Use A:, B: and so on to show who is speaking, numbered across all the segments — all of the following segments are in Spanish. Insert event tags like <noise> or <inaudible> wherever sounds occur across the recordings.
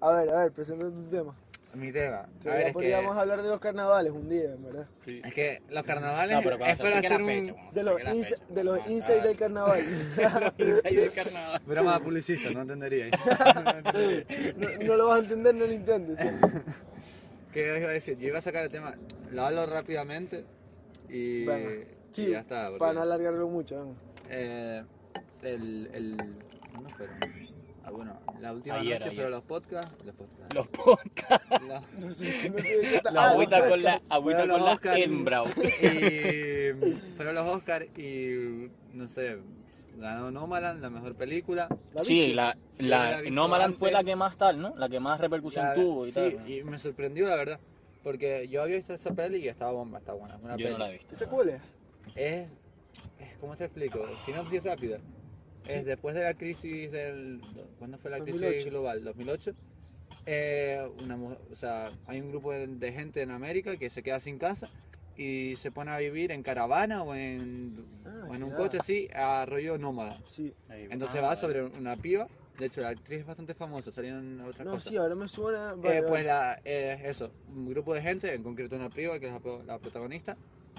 A: A ver, a ver, presenta tu tema.
B: Mi tema.
A: Que
B: A ver,
A: ya
B: es
A: podríamos
B: que,
A: hablar de los carnavales un día, en verdad.
C: Sí.
B: es que los carnavales
D: No, pero cuando
B: es
D: se
B: para
D: acerque
B: hacer
D: la fecha,
B: un...
D: cuando se
A: De los,
D: acerque la
A: inse-
D: fecha,
A: de los
D: vamos a
A: insights del
D: hablar.
A: carnaval.
B: <laughs>
A: <laughs>
D: Insight del carnaval.
C: Broma publicista, no entendería.
A: No, no lo vas a entender, no lo intentes.
B: ¿Qué os iba a decir? Yo iba a sacar el tema, lo hablo rápidamente y,
A: Bueno,
B: y
A: Sí,
B: ya está. porque,
A: para no alargarlo mucho. vamos.
B: eh, el, el, ¿Cuándo fueron? Ah, bueno, la última
D: Ayer,
B: noche
D: ayer.
B: fueron los podcasts. Los podcasts.
D: Los podcasts.
B: <laughs> Los-
A: No sé, no sé de
B: <laughs>
A: qué está-
D: La
A: Ah,
D: agüita con la, agüita
B: Fueron
D: con
B: los
D: la
B: Oscar y-
D: hembra.
B: y fueron los Oscars y no sé, ganó Nomaland la mejor película.
A: ¿La
D: Sí,
A: viste?
D: la,
B: Yo la
D: la,
B: he visto
D: Nomaland fue
B: antes.
D: la que más tal, ¿no? La que más repercusión
B: Ya,
D: tuvo y
B: sí,
D: tal. ¿no?
B: y me sorprendió la verdad, porque yo había visto esa peli y estaba bomba, está buena. es una
D: Yo no
B: peli.
D: la he visto.
A: ¿Esa cuál es?
B: Es, es- ¿cómo te explico? Sinopsis rápida. Es después de la crisis del... ¿Cuándo fue la crisis
A: 2008.
B: global? 2008. Eh, una, mu- o sea, hay un grupo de, de gente en América que se queda sin casa y se pone a vivir en caravana o en,
A: Ah,
B: o en un
A: ya.
B: coche así, a rollo nómada.
A: Sí. ah,
B: Entonces va sobre una piba. De hecho, la actriz es bastante famosa, salieron otras
A: No,
B: cosas.
A: sí, ahora me suena.
B: Eh,
A: vale,
B: pues
A: vale.
B: la, eh, eso, un grupo de gente, en concreto una piba que es la, pro- la protagonista,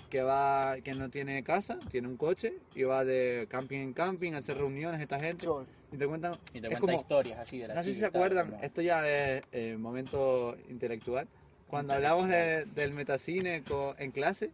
B: que va, que no tiene casa, tiene un coche y va de camping en camping a hacer reuniones esta gente
A: Chon.
B: y te cuentan,
D: Ah, Y te
B: es
D: cuenta
B: como-
D: historias así de la
B: no sé si se
D: chica y tal,
B: acuerdan, este
D: como-
B: esto ya es eh, momento intelectual. Cuando hablamos de- del metacine co- en clase,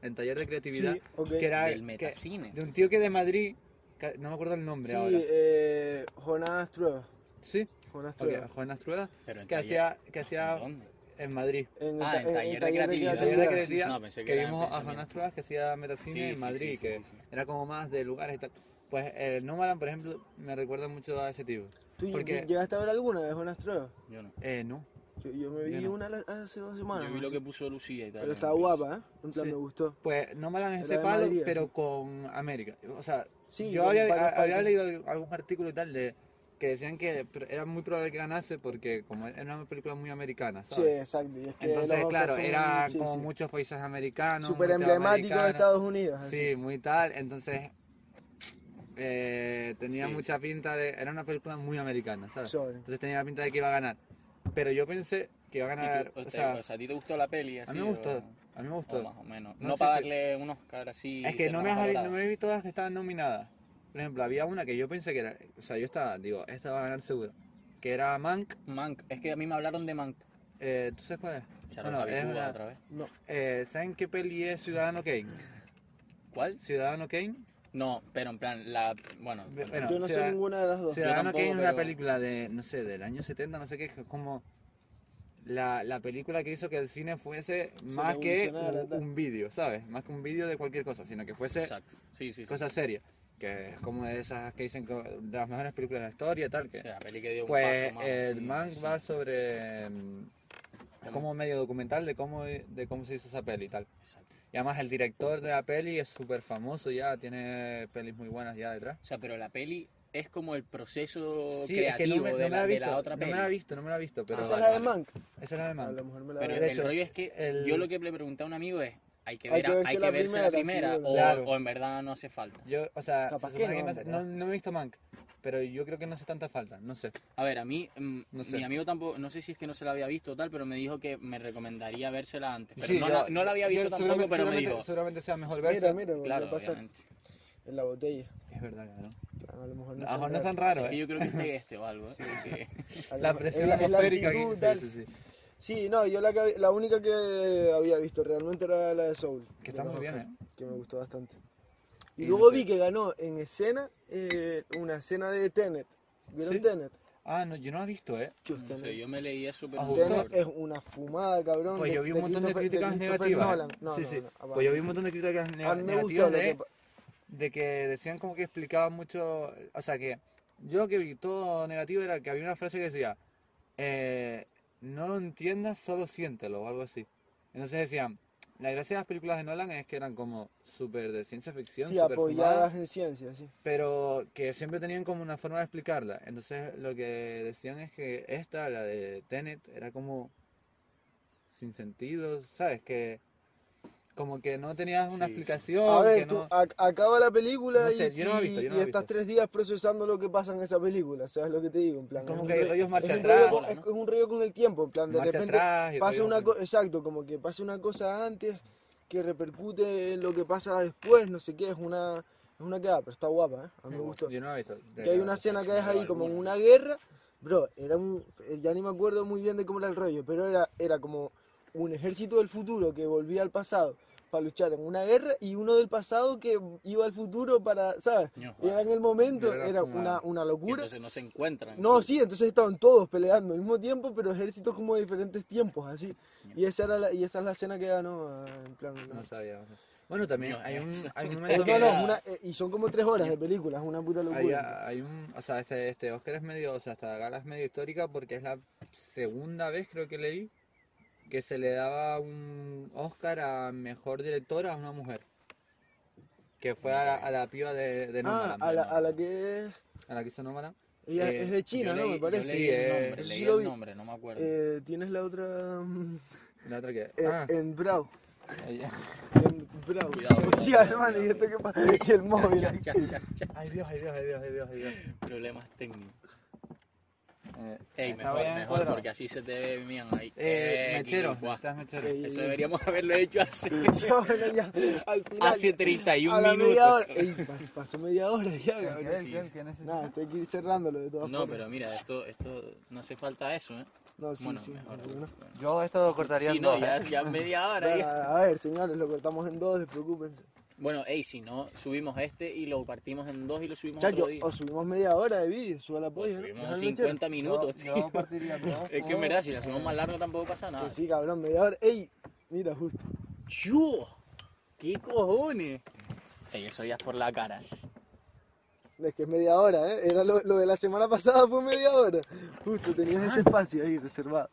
B: en taller de creatividad,
A: Sí, ok.
B: que era
D: del
B: que-
D: metacine.
B: de un tío que de Madrid, ca- no me acuerdo el nombre
A: Sí,
B: ahora,
A: eh, Jonás Trueba.
B: sí,
A: Jonás
B: ok,
A: Trueba.
B: Juan Astrueda,
D: Pero en
B: que
D: taller-
B: hacía, que hacía
D: ¿en dónde?
B: en Madrid.
A: En el
D: Ah,
A: ta-
D: en taller de creatividad.
B: Taller de
A: sí.
B: creatividad,
D: No, pensé que
B: que
D: era
B: vimos a
D: pensamiento.
B: Jonas Truas que hacía metacine
D: Sí,
B: en
D: sí,
B: Madrid,
D: sí, sí,
B: que
D: sí, sí.
B: era como más de lugares y tal. Pues el Nomaland, por ejemplo, me recuerda mucho a ese tipo.
A: ¿Tú
B: Porque-
A: llegaste a ver alguna de Jonás Trueba?
D: Yo no.
B: Eh, no.
A: Yo, yo me
B: Yo
A: vi
B: no.
A: una la- hace dos semanas.
D: Yo vi
A: ¿no?
D: lo que puso Lucía y tal.
A: Pero
D: en
A: estaba
D: el post.
A: guapa, ¿eh? En plan,
B: Sí.
A: me gustó.
B: Pues Nomaland es
A: Era
B: ese
A: de
B: palo,
A: Madrid,
B: pero
A: sí.
B: con América. O sea,
A: Sí,
B: yo
A: con
B: había,
A: varios
B: a- había
A: partes.
B: leído al- algún artículo y tal de que decían que pr- era muy probable que ganase porque como era una película muy americana,
A: Sí,
B: ¿sabes?
A: exacto. y es que
B: Entonces,
A: los
B: claro,
A: Oscars son-
B: era
A: sí,
B: como
A: sí.
B: muchos países americanos.
A: Súper
B: muchos
A: emblemático de
B: americanos.
A: Estados Unidos. así.
B: Sí, muy tal. Entonces, eh, tenía
D: Sí,
B: mucha pinta de. Era una película muy americana, ¿sabes?
A: Sobre.
B: Entonces tenía la pinta de que iba a ganar. Pero yo pensé que iba a
D: Y
B: ganar.
D: tú-
B: O
D: te-
B: sea,
D: o sea, ¿a ti te gustó la peli?
B: a
D: Así,
B: mí me gustó.
D: o-
B: A mí me
D: o
B: gustó.
D: más o menos.
B: No
D: No,
B: sé
D: para
B: si-
D: darle un Oscar así.
B: es que
D: ser
B: no
D: la
B: me,
D: más
B: las vi-
D: valorada.
B: no me vi todas las que estaban nominadas. Por ejemplo, había una que yo pensé que era. O sea, yo estaba, digo, esta va a ganar seguro. Que era Mank.
D: Mank. Es que a mí me hablaron de Mank.
B: Eh, ¿Tú sabes cuál es?
D: Ya
B: Bueno,
D: lo
B: es
D: había
B: una-
D: otra vez.
A: No,
B: Eh, ¿Saben qué peli es Ciudadano Kane?
D: ¿Cuál?
B: Ciudadano Kane.
D: No, pero en plan, la. Bueno,
B: Ve-
D: bueno,
A: yo no
B: ciudad-
A: sé ninguna de las dos.
B: Ciudadano
D: tampoco,
B: Kane es una
D: pero-
B: película de, no sé, del año 70, no sé qué, que es como la, la película que hizo que el cine fuese más que
A: revolucionara,
B: un,
A: tal.
B: un vídeo, ¿sabes? Más que un vídeo de cualquier cosa, sino que fuese
D: exacto. Sí, sí, sí.
B: cosa seria. Que es como de esas que dicen co- de las mejores películas de la historia, tal. Que,
D: O sea, la peli que dio un
B: pues
D: paso más,
B: el
D: sí,
B: man
D: sí.
B: va sobre. mm, Es
D: ¿Cómo?
B: como medio documental de cómo, de cómo se hizo esa peli y tal.
D: Exacto.
B: Y además el director de la peli es súper famoso ya, tiene pelis muy buenas ya detrás.
D: O sea, pero la peli es como el proceso
B: Sí, es que
D: creativo
B: no me, no
D: de,
B: me
D: la,
B: la he
D: de
B: visto,
D: la otra
B: no
D: peli.
B: me la he visto, no me la he visto, pero
D: Ah,
A: Esa es
D: vale,
A: la de
D: vale.
A: Mank.
B: Esa es la de
A: A
B: Mank.
A: lo mejor me la
D: Pero
A: veo.
B: de
D: el
B: hecho,
D: rollo es que
B: el-
D: yo lo que le pregunté a un amigo es, hay que,
A: Hay
D: ver,
A: que verse
D: hay
A: la
D: que verse la
A: primera,
D: primera,
A: sí,
D: o,
B: claro.
D: o en verdad no hace falta.
B: Yo, o sea,
A: Capaz
B: se supone
A: que
B: que
A: no,
B: no, hace-
A: ¿verdad?
B: no, no me he visto Mank, pero yo creo que no hace tanta falta, no sé.
D: A ver, a mí, mm,
B: No sé.
D: mi amigo tampoco, no sé si es que no se la había visto o tal, pero me dijo que me recomendaría vérsela antes. Pero
B: Sí,
D: no,
B: yo-
D: la, no la había
B: yo
D: visto tampoco,
B: seguramente-
D: pero me
B: seguramente-
D: dijo,
B: Seguramente sea mejor verse.
A: Mira, mira, lo
D: claro,
A: que pasa
D: obviamente.
A: en la botella.
B: Es verdad, cabrón.
A: A lo mejor no
B: A lo mejor no
A: tan
B: es tan
A: raro.
B: raro,
D: Es que
B: eh.
D: yo creo que este este o algo. ¿eh?
A: <laughs>
D: Porque-
A: A lo
B: La
A: mejor-
B: presión
A: es la- es la
B: atmosférica aquí.
A: altitud,
B: sí,
A: tal.
B: sí, sí.
A: Sí, no, yo la, que hab- la única que había visto realmente era la de Soul.
B: Que está
A: de los
B: muy bien, ¿eh?
A: Oscar, Que me gustó bastante. Y
B: Y
A: luego
B: no sé.
A: vi que ganó en escena eh, una escena de Tenet. ¿Vieron
B: Sí.
A: Tenet?
B: Ah, no, yo no la he visto, eh.
A: Chus,
D: no
A: Tenet.
D: sé, yo me leí eso, pero...
B: Ah,
D: no-
B: justo.
A: Tenet es una fumada, cabrón.
B: Pues
A: de-
B: yo vi un montón de
A: Christopher-
B: críticas
A: Christopher
B: negativas. ¿eh?
A: Nolan. No,
B: sí,
A: no,
B: sí.
A: no,
B: pues yo vi un montón de críticas ne-
A: A mí me gustó
B: negativas
A: lo que
B: de,
A: pa-
B: de que decían como que explicaba mucho. O sea, que yo lo que vi todo negativo era que había una frase que decía: eh, No lo entiendas, solo siéntelo, o algo así. Entonces decían: La gracia de las películas de Nolan es que eran como súper de ciencia ficción,
A: Sí,
B: súper
A: apoyadas
B: fumadas,
A: en ciencia, sí.
B: pero que siempre tenían como una forma de explicarla. Entonces lo que decían es que esta, la de Tenet, era como sin sentido, ¿sabes? Que Como que no tenías una
C: Sí, sí.
B: explicación.
A: A ver,
B: que
A: tú
B: no...
A: ac- acaba la película
B: No
A: y,
B: sé, yo no la he visto, yo no
A: y
B: la he
A: estás
B: visto.
A: tres días procesando lo que pasa en esa película, ¿sabes lo que te digo? En plan,
B: Como
A: es un
B: que hay
A: rollo-
B: rollos marcha
A: es un
B: atrás,
A: rollo con- es, es un rollo con el tiempo, en plan, de
B: marcha
A: repente
B: atrás. y
A: pasa
B: rollos
A: una
B: así.
A: cosa, exacto, como que pasa una cosa antes que repercute en lo que pasa después, no sé qué, es una, es una queda, pero está guapa, ¿eh? A mí me gustó.
B: Yo no la he visto. de
A: que hay
B: verdad.
A: una escena que
D: sin
A: es ahí
D: duda
A: como en
D: alguna.
A: una guerra. Bro, era un. eh, Ya ni me acuerdo muy bien de cómo era el rollo, pero era, era como un ejército del futuro que volvía al pasado para luchar en una guerra y uno del pasado que iba al futuro para. ¿Sabes?
D: Coño,
A: Y era en el momento,
B: Verga,
A: era una,
B: fumada.
A: una
D: Y
A: locura.
D: entonces no se encuentran.
A: No, sí, entonces estaban todos peleando al mismo tiempo, pero ejércitos como de diferentes tiempos, así. Y esa, era la, y esa es la escena que ganó, ah, en plan... no.
B: No sabía. no sé. Bueno, también
D: No,
B: hay un,
D: eso.
B: <laughs> hay un
A: Es
B: momento
A: que
B: que.
A: no, es una- eh, y son como tres horas de película, es una puta
B: Hay,
A: locura.
B: hay un, o sea, este, este Oscar es medio, o sea, esta gala es medio histórica porque es la segunda vez, creo que leí, que se le daba un Oscar a mejor directora a una mujer. Que fue a la, a la piba de, de
A: Ah,
B: Nomadland,
A: a la,
B: de
A: a la
B: Nomadland,
A: que es...
B: a la que hizo Nomadland.
A: Ella
B: Eh,
A: es de China,
D: Yo
A: ¿no?
D: leí-
A: Me
D: yo
A: parece.
D: leí el
B: Sí, eh,
D: nombre,
A: sí
D: leí
A: lo
D: el
A: vi.
D: nombre, no me acuerdo. <laughs>
A: Eh, Tienes la otra... mm,
B: La otra que.
A: eh,
B: Ah,
A: En Brau.
B: ella.
A: En Brau.
D: Cuidado, cuidado,
A: <laughs> Hostia,
D: cuidado,
A: hermano,
D: cuidado.
A: y esto que pasa. <laughs> Y el móvil.
D: Cha,
A: ahí.
D: cha, cha, cha.
B: Ay Dios, ay Dios, ay Dios, ay Dios, ay Dios.
D: Problemas técnicos.
B: Eh,
D: Ey,
B: está
D: mejor,
B: bien,
D: mejor,
B: cuadro.
D: porque así se te ve bien ahí.
B: Eh,
D: Eh,
B: mechero,
D: Kiko, guau.
B: estás mechero.
A: Sí.
D: Eso deberíamos <laughs> haberlo hecho hace,
A: Ya, bueno, ya, Al final.
D: hace 31
A: a la
D: minutos.
A: media hora. Ey, pas- pasó media hora ya, cabrón.
B: Gabriel,
D: sí,
B: ¿quién-
D: sí.
B: quién es ese?
A: Nada, tengo que ir cerrándolo de todas
D: No,
A: formas.
D: pero mira, esto, esto no hace falta eso, ¿eh?
A: No, sí,
D: bueno,
A: sí.
D: mejor.
A: no, no.
B: Yo esto lo cortaría
D: Sí,
B: en
D: no,
B: dos,
D: ya,
B: ¿eh?
D: ya media hora. ya.
A: Nada, a ver, señores, lo cortamos en dos, despreocúpense.
D: Bueno, ey, si no, subimos este y lo partimos en dos y lo subimos
A: Chacho,
D: otro día.
A: o subimos media hora de vídeo, suba la
D: O
A: polla. ¿no?
D: Pues subimos
A: Deja el
D: 50 minutos,
B: Yo,
D: tío.
B: yo partiría
D: <laughs>
B: en dos.
D: Es que en verdad, si lo hacemos más largo tampoco pasa
A: mechero.
D: nada.
A: Que sí, cabrón, media hora. Ey, mira, justo.
D: ¡Chu! ¡Qué cojones! Ey, eso ya es por la cara.
A: Es que es media hora, ¿eh? Era lo, lo de la semana pasada fue media hora. Justo, tenías ese espacio ahí reservado.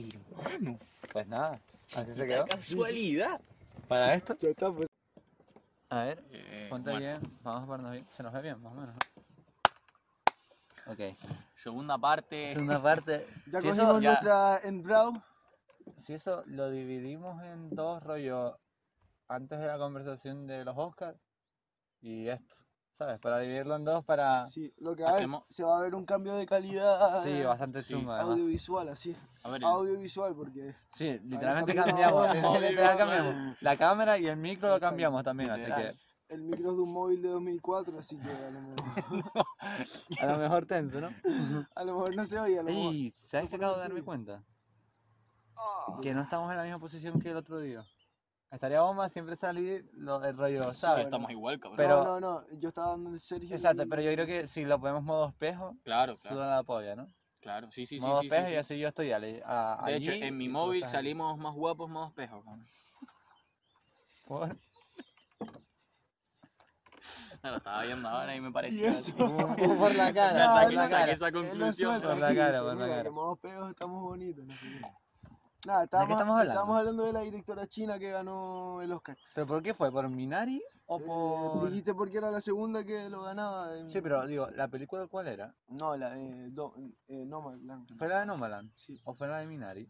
D: Hermano,
B: Pues nada, así se
D: qué
B: quedó.
D: casualidad.
B: Para esto.
A: Ya está, pues.
B: A ver, ponte
D: Eh, bueno.
B: bien, vamos a ponernos bien. Se nos ve bien, más o menos. ¿no? Ok.
D: Segunda parte.
B: Segunda parte.
A: Ya
B: si,
A: cogimos
B: eso, ya-
A: nuestra Endbrow.
B: si eso lo dividimos en dos rollos antes de la conversación de los Oscars y esto, ¿sabes? Para dividirlo en dos para... Sí,
A: Sí, lo que va a ver,
D: Hacemos-
A: se va a ver un cambio de calidad eh,
B: bastante
D: Sí.
B: chungo además.
A: audiovisual, así.
D: A ver,
A: Audiovisual, porque...
B: Sí, literalmente
A: también
B: cambiamos, <laughs>
A: ahora.
B: literal cambiamos. La cámara y el micro lo
A: Exacto.
B: cambiamos también, así que...
A: El micro es de un móvil de 2004, así que a lo mejor,
B: A lo mejor tenso, ¿no?
A: a lo mejor no se oye, a lo mejor.
B: Ey, ¿sabes qué acabo de darme cuenta?
D: Oh.
B: Que no estamos en la misma posición que el otro día. Estaría bomba siempre salir lo, el rollo,
D: sí,
B: ¿sabes?
D: estamos igual, cabrón.
B: pero-
A: No, no, no, yo estaba dando en serio.
B: Exacto, pero yo creo que si lo ponemos modo espejo,
D: Claro, claro,
B: suda la polla, ¿no?
D: claro. Sí, sí, sí.
B: modo
D: sí, sí,
B: espejo
D: sí.
B: y así yo estoy ali- a-
D: De
B: allí
D: hecho, en
B: y
D: mi
B: tú
D: móvil
B: estás ahí.
D: salimos más guapos, más espejo. cabrón.
B: Por-
D: <laughs> No, lo estaba viendo ahora y me
A: Y
D: pareció.
A: eso.
D: así.
A: <laughs>
B: por
D: <laughs>
B: la cara,
A: No,
B: saqué
A: él
B: la
A: no-
B: cara.
D: saqué esa
A: él lo
D: conclusión,
A: suelta,
B: por la
A: sí,
B: cara,
A: se
B: por la
A: nota
B: cara.
A: que modo peos estamos bonitos, no sé qué. Nada,
B: qué
A: estábamos,
B: estamos hablando?
A: estábamos hablando de la directora china que ganó el Oscar.
B: ¿Pero por qué fue? ¿Por Minari o
A: Eh,
B: por...?
A: dijiste porque era la segunda que lo ganaba. eh,
B: Sí, pero digo, ¿la película cuál era?
A: No, la de Do- eh, Nomadland.
B: ¿Fue la de Nomaland?
A: Sí,
B: ¿O fue la de Minari?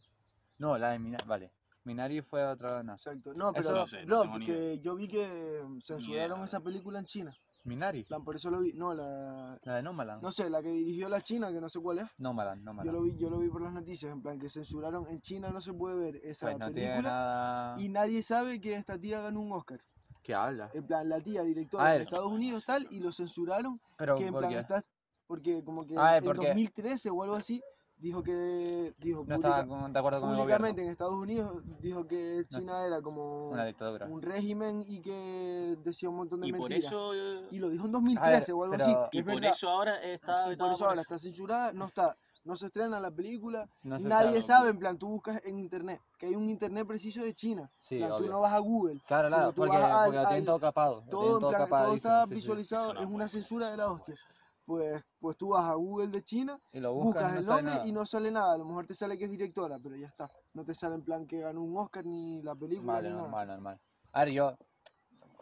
B: No, la de Minari, vale. Minari fue otra... No.
A: exacto. No, pero
B: Eso-
D: No sé, no
A: bro,
D: tengo ni
A: porque yo vi que censuraron
D: idea.
B: eh.
A: esa película en China.
B: ¿Minari?
A: Plan, por eso lo vi. No, la.
B: La de Nomaland.
A: No sé, la que dirigió la China, que no sé cuál es.
B: Nomaland,
A: Yo
B: Nomaland.
A: lo vi, yo lo vi por las noticias, en plan que censuraron en China no se puede ver esa
B: Pues no
A: película.
B: tiene nada...
A: Y nadie sabe que esta tía ganó un Oscar.
B: ¿Qué habla?
A: En plan, la tía
B: A
A: directora de
B: ver.
A: Estados Unidos tal, y lo censuraron,
B: Pero,
A: que en
B: ¿por
A: plan
B: qué?
A: estás, porque como que
B: Ah, eh,
A: en
B: porque-
A: 2013 o algo así, dijo que, dijo
B: No
A: pública-
B: estaba con- de acuerdo con el gobierno.
A: públicamente en Estados Unidos, dijo que
B: No.
A: China era como
B: Una dictadura.
A: un régimen y que decía un montón de
D: Y por
A: mentiras.
D: eso. eh,
A: Y lo dijo en
B: A ver,
A: 2013 o algo
B: pero-
A: así.
D: Y
A: es
D: por
A: verdad.
D: eso ahora está.
A: Y por
D: vetada
A: eso ahora está censurada, no está, no se estrena la película,
B: No se
A: nadie
B: sabe.
A: sabe, en plan, tú buscas en internet, que hay un internet preciso de China. En
B: Sí,
A: plan, tú
B: obvio.
A: no vas a Google.
B: Claro,
A: sino
B: claro,
A: tú
B: porque,
A: vas al-
B: porque lo tienen
A: al-
B: todo capado. lo tienen
A: todo, en plan, todo
B: capadísimo,
A: está
B: sí, sí.
A: visualizado,
D: Eso no
A: es una
D: puede ser,
A: censura
D: eso
A: de
D: no
A: la
D: puede
A: hostia. Pues, pues tú vas a Google de China,
B: Y lo
A: buscas,
B: buscas, y
A: el
B: no sale
A: nombre
B: nada.
A: y no sale nada. A lo mejor te sale que es directora, pero ya está. No te sale en plan que ganó un Oscar ni la película
B: Vale,
A: ni nada.
B: normal, normal. A ver, yo.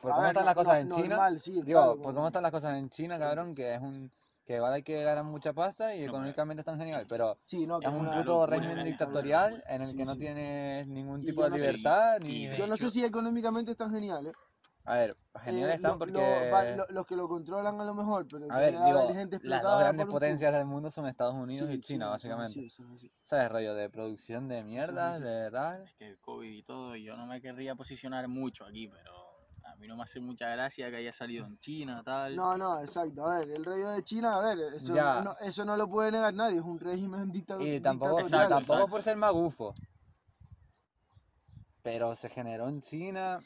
B: Por
A: A
B: cómo
A: ver,
B: están
A: no-
B: las cosas
A: no-
B: en China.
A: normal, sí,
B: Digo, pues,
A: claro,
B: por
A: como-
B: cómo están las cosas en China, cabrón, que es un. que vale que ganan mucha pasta y
D: No,
B: económicamente están genial, pero
A: Sí, no, que
B: es un
A: una
B: puto
A: locura, ¿eh?
B: régimen
A: una
B: dictatorial en el
A: Sí,
B: que no
A: sí.
B: tienes ningún
A: Y
B: tipo
A: yo
B: de
A: no sé-
B: libertad
D: y
B: ni...
D: de-
A: Yo no sé
D: hecho-
A: si económicamente están geniales.
B: A ver, genial
A: Eh,
B: están
A: lo-
B: porque...
A: lo- va- lo- los que lo controlan a lo mejor, pero
B: A
A: que
B: ver,
A: le da
B: digo,
A: la gente
B: las
A: explotada
B: dos grandes
A: por un tubo.
B: potencias del mundo son Estados Unidos
A: Sí,
B: y China,
A: sí,
B: básicamente.
A: sí, sí, sí.
B: ¿Sabes? Rollo de producción de mierdas,
A: sí.
B: de tal.
D: Es que el COVID y todo, y yo no me querría posicionar mucho aquí, pero a mí no me hace mucha gracia que haya salido en China, tal.
A: No, no, exacto. A ver, el rey de China, a ver, eso,
B: Ya.
A: no, eso no lo puede negar nadie, es un régimen dictador.
B: Y tampoco, o sea,
D: Exacto,
B: tampoco
D: exacto.
B: por ser magufo. Pero se generó en China,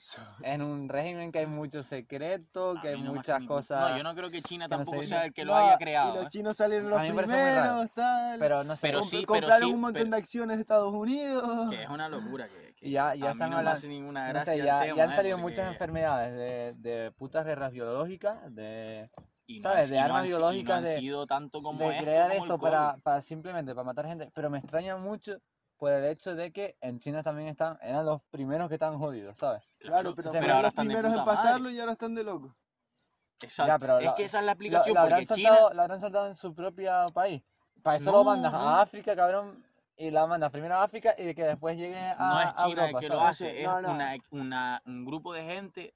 B: en un régimen que hay mucho secreto,
D: A
B: que hay
D: mí no me hace
B: muchas
D: ningún-
B: cosas.
D: No, yo no creo que China
B: que no
D: tampoco
B: se-
D: sea el que lo haya creado.
A: Y
D: ¿eh?
A: los chinos salieron los
B: A mí me parece muy raro.
A: primeros, tal.
B: Pero no sé.
D: Pero
A: comp-
D: sí, pero
A: compraron
D: sí,
A: un montón
D: pero-
A: de acciones de Estados Unidos.
D: Que es una locura. Que, que
B: Ya- ya
D: a mí
B: están
D: no me
B: hablando-
D: hace ninguna
B: no
D: gracia.
B: sé,
D: el
B: ya,
D: tema,
B: ya han
D: ¿eh?
B: salido
D: Porque-
B: muchas enfermedades de, de putas guerras biológicas, de,
D: y no
B: ¿sabes?
D: han-
B: de
D: y no
B: armas
D: han- y no
B: biológicas,
D: han
B: de-
D: sido tanto como
B: de
D: esto,
B: crear
D: como el
B: esto para,
D: COVID.
B: para simplemente para matar gente. Pero me extraña mucho por el hecho de que en China también están, eran los primeros que estaban jodidos, ¿sabes?
A: Claro, pero,
B: pero
A: fueron
B: ahora
A: los
D: están de
A: primeros en
D: puta madre.
A: pasarlo y ahora están de locos.
D: Exacto.
B: Ya, pero
D: es
B: la-
D: que esa es la
B: La-
D: aplicación,
B: la,
D: porque
B: habrán
D: China.
B: soltado, la habrán soltado en su propio país. Para eso lo
A: No,
B: mandas
A: no.
B: a África, cabrón, y la mandas primero a África y que después llegue a,
D: no es
B: a
D: China el
B: Europa,
D: que lo
B: ¿sabes?
D: hace, es
A: No, no.
D: Una, una- un grupo de gente.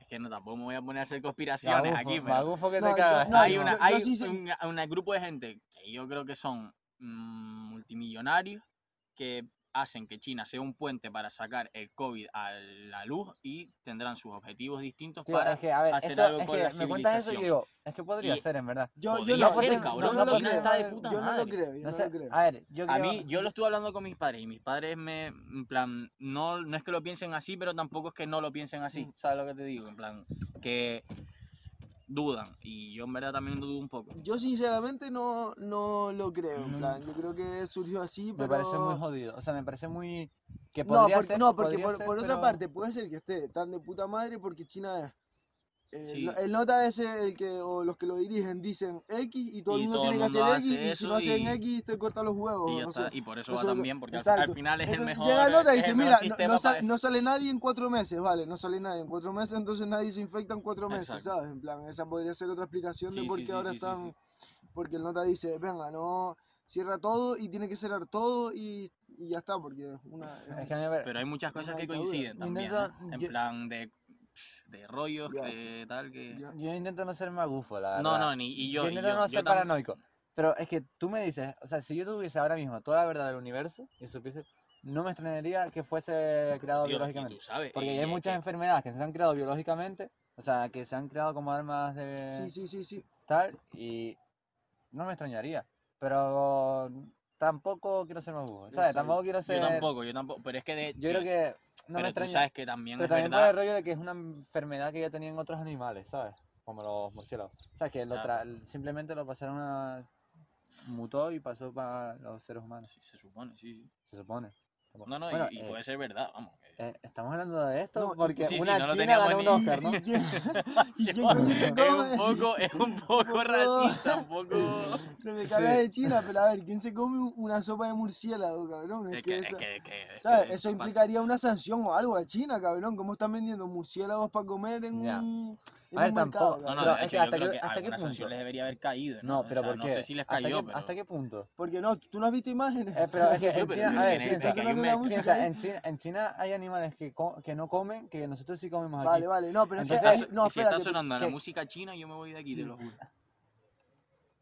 D: Es que no, tampoco me voy a poner a hacer conspiraciones
B: Magufo,
D: aquí, pero
B: magufo que
A: No,
B: te
A: yo-
B: cagas.
A: no,
B: tío.
D: hay una,
A: yo- yo
D: hay
A: sí sé-
D: un una grupo de gente que yo creo que son mm, multimillonarios que hacen que China sea un puente para sacar el COVID a la luz y tendrán sus objetivos distintos
B: Tío,
D: para
B: es que, a ver,
D: hacer
B: eso,
D: algo
B: es
D: con
B: que
D: la
B: me cuentas eso y
D: civilización.
B: digo, es que podría
D: Y-
B: ser, en verdad.
A: Yo, yo
D: Podría
A: no,
B: ser,
A: yo no-
B: cabrón,
A: yo no
B: la
A: lo
B: China
A: creo.
B: está de
A: a ver,
D: puta
A: yo no lo
D: madre.
A: creo, yo
B: No
A: no
B: sé,
A: lo creo.
B: a ver, yo
D: A
B: creo-
D: mí, yo lo estuve hablando con mis padres y mis padres me, en plan, no, no es que lo piensen así, pero tampoco es que no lo piensen
A: Mm.
D: así, ¿sabes lo que te digo? En plan, que dudan y yo en verdad también dudo un poco.
A: Yo sinceramente no, no lo creo, en
B: Mm.
A: plan, yo creo que surgió así,
B: me
A: pero...
B: parece muy jodido, o sea, me parece muy... Que
A: No,
B: podría
A: porque,
B: ser,
A: no, porque
B: podría
A: por,
B: ser,
A: por
B: pero-
A: otra parte puede ser que esté tan de puta madre porque China es... eh,
D: Sí.
A: no- El nota ese, el que, o los que lo dirigen, dicen X y todo el
D: Y
A: mundo
D: todo el
A: tiene
D: mundo
A: que
D: hace
A: hacer X y si
D: eso
A: no hacen
D: y-
A: X te cortan los huevos.
D: Y, ya
A: no sé.
D: está, y por eso va
A: Eso es
D: tan
A: lo-
D: bien, porque al- al
A: exacto.
D: final es el
A: Entonces,
D: mejor.
A: Llega nota y
D: es
A: dice,
D: el
A: mira,
D: mejor
A: no- no,
D: sistema
A: sal-
D: para
A: no
D: eso".
A: sale nadie en cuatro meses, vale, no sale nadie en cuatro meses, entonces nadie se infecta en cuatro meses,
D: Exacto.
A: ¿sabes? En plan, esa podría ser otra explicación
D: Sí,
A: de
D: sí,
A: por qué
D: sí,
A: ahora
D: sí, sí,
A: están...
D: sí.
A: Porque el nota dice, venga, no, cierra todo y tiene que cerrar todo y, y ya está, porque es una... es
B: Es
A: un-
D: <laughs>
B: que a mí me parece-
D: Pero hay muchas cosas
A: una
D: que
A: dictadura.
D: coinciden también,
B: Intento-
D: ¿eh? En
B: yo-
D: plan de, de rollos,
A: Ya.
D: de tal, que...
A: ya.
B: Yo intento no ser magufo, la verdad.
D: No, no, ni, y yo...
B: yo
D: y
B: intento
D: yo-
B: no
D: yo
B: ser
D: tam-
B: paranoico. Pero es que tú me dices, o sea, si yo tuviese ahora mismo toda la verdad del universo y supiese, no me extrañaría que fuese creado
D: Tío, y
B: biológicamente.
D: tú sabes,
B: Porque
D: y
B: hay
D: es
B: muchas
D: que-
B: enfermedades que se han creado biológicamente, o sea, que se han creado como armas de
A: Sí, sí, sí, sí.
B: tal, y no me extrañaría. Pero tampoco quiero ser magufo, ¿sabes?
A: Exacto.
B: Tampoco quiero ser.
D: Yo tampoco, yo tampoco, pero es que de...
B: Yo creo
D: tío,
B: que no me
D: pero tú
B: extraña.
D: sabes que también
B: Pero
D: es
B: también por
D: verdad...
B: el rollo de que es una enfermedad que ya tenían otros animales, ¿sabes? Como los murciélagos. O sea, que lo
D: Claro.
B: tra- simplemente lo pasaron a... Mutó y pasó para los seres humanos,
D: Sí, se supone, sí, sí.
B: se supone. Tampoco-
D: No, no, y-
B: Bueno,
D: y,
B: eh,
D: puede ser verdad, vamos. que-
B: eh, estamos hablando de esto
A: No, y-
B: porque
D: sí, sí,
B: una
D: no lo
B: china ganó un
D: teníamos ni-
B: Oscar,
D: <laughs>
B: ¿no?
A: ¿Y
B: <laughs>
A: quién- y
D: Sí,
A: quién
D: bueno,
A: coño se
D: Es
A: come?
D: un poco, es un poco
A: poco-
D: racista, un
A: No
D: poco...
B: <laughs>
A: me cagas <laughs> de China, pero a ver, ¿quién se come un- una sopa de murciélago, cabrón? Es,
D: Es que, es
A: esa-
D: que, es que- es
A: ¿sabes?
D: que-
A: Eso implicaría una sanción o algo a China, cabrón. ¿Cómo están vendiendo murciélagos para comer en
B: Ya.
A: un, en
B: A ver,
A: un mercado?
B: tampoco-
D: No,
A: cabrón?
D: no,
B: Pero
D: de
B: es
D: hecho,
B: que
D: yo
B: hasta
D: creo
B: qué-
D: que
B: hasta qué
D: alguna sanción
B: punto.
D: les debería haber caído, ¿no?
B: No, pero
D: o sea,
B: ¿por qué?
D: No sé si les
B: ¿Hasta qué-
D: cayó,
B: ¿Hasta,
D: pero...
B: qué, punto?
A: Porque no, tú no has visto imágenes.
B: Eh, pero es que
D: Yo,
B: en
D: pero
B: China, a
D: tiene-
B: ver,
D: tiene-
B: piensa,
D: es que hay un
A: Sonando la
D: mercado-
B: piensa,
A: música.
B: en, China, en China hay animales que, co- que no comen, que nosotros sí comemos aquí.
A: <laughs> Vale, vale, no, pero es
D: Si
A: que...
B: Entonces-
A: hay- no,
D: está, si está
A: espérate.
D: sonando la
B: ¿qué?
D: música china, yo me voy de aquí,
A: Sí.
D: te lo juro.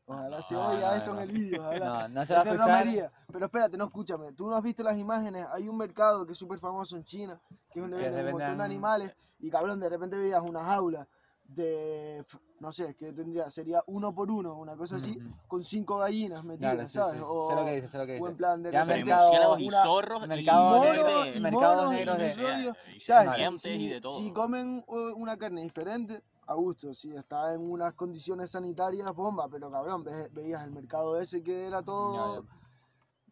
A: Ojalá se
B: No,
A: oiga
B: no,
A: esto
B: no.
A: en el vídeo, ojalá.
B: No, no se va a
A: Es de
B: escuchar.
A: Romería. Pero espérate, no escúchame. Tú no has visto las imágenes. Hay un mercado que es súper famoso en China, que es donde
B: Que
A: venden
B: se
A: un montón de
B: vendan- eh.
A: animales. Y cabrón, de repente veías una jaula de. f- No sé, que tendría. Sería uno por uno, una cosa así,
B: Ujú.
A: con cinco gallinas metidas,
B: Claro, sí, sí,
A: ¿sabes?
B: sé
A: o,
B: lo que dices, sé lo que
A: o
B: dices.
A: en plan de
B: Ya
A: repente.
B: mercado-
D: murciélagos y
A: una-
D: zorros y
B: mercado
D: monos
B: negro
A: y
D: de-
B: mercados
A: monos y
B: negros de-
A: rollos,
D: y
A: ¿sabes?
D: serpientes
A: Si,
D: y de todo.
A: si comen eh, una carne diferente, a gusto, si está en unas condiciones sanitarias, bomba, pero cabrón, ve- veías el mercado ese que era todo.
B: Ya,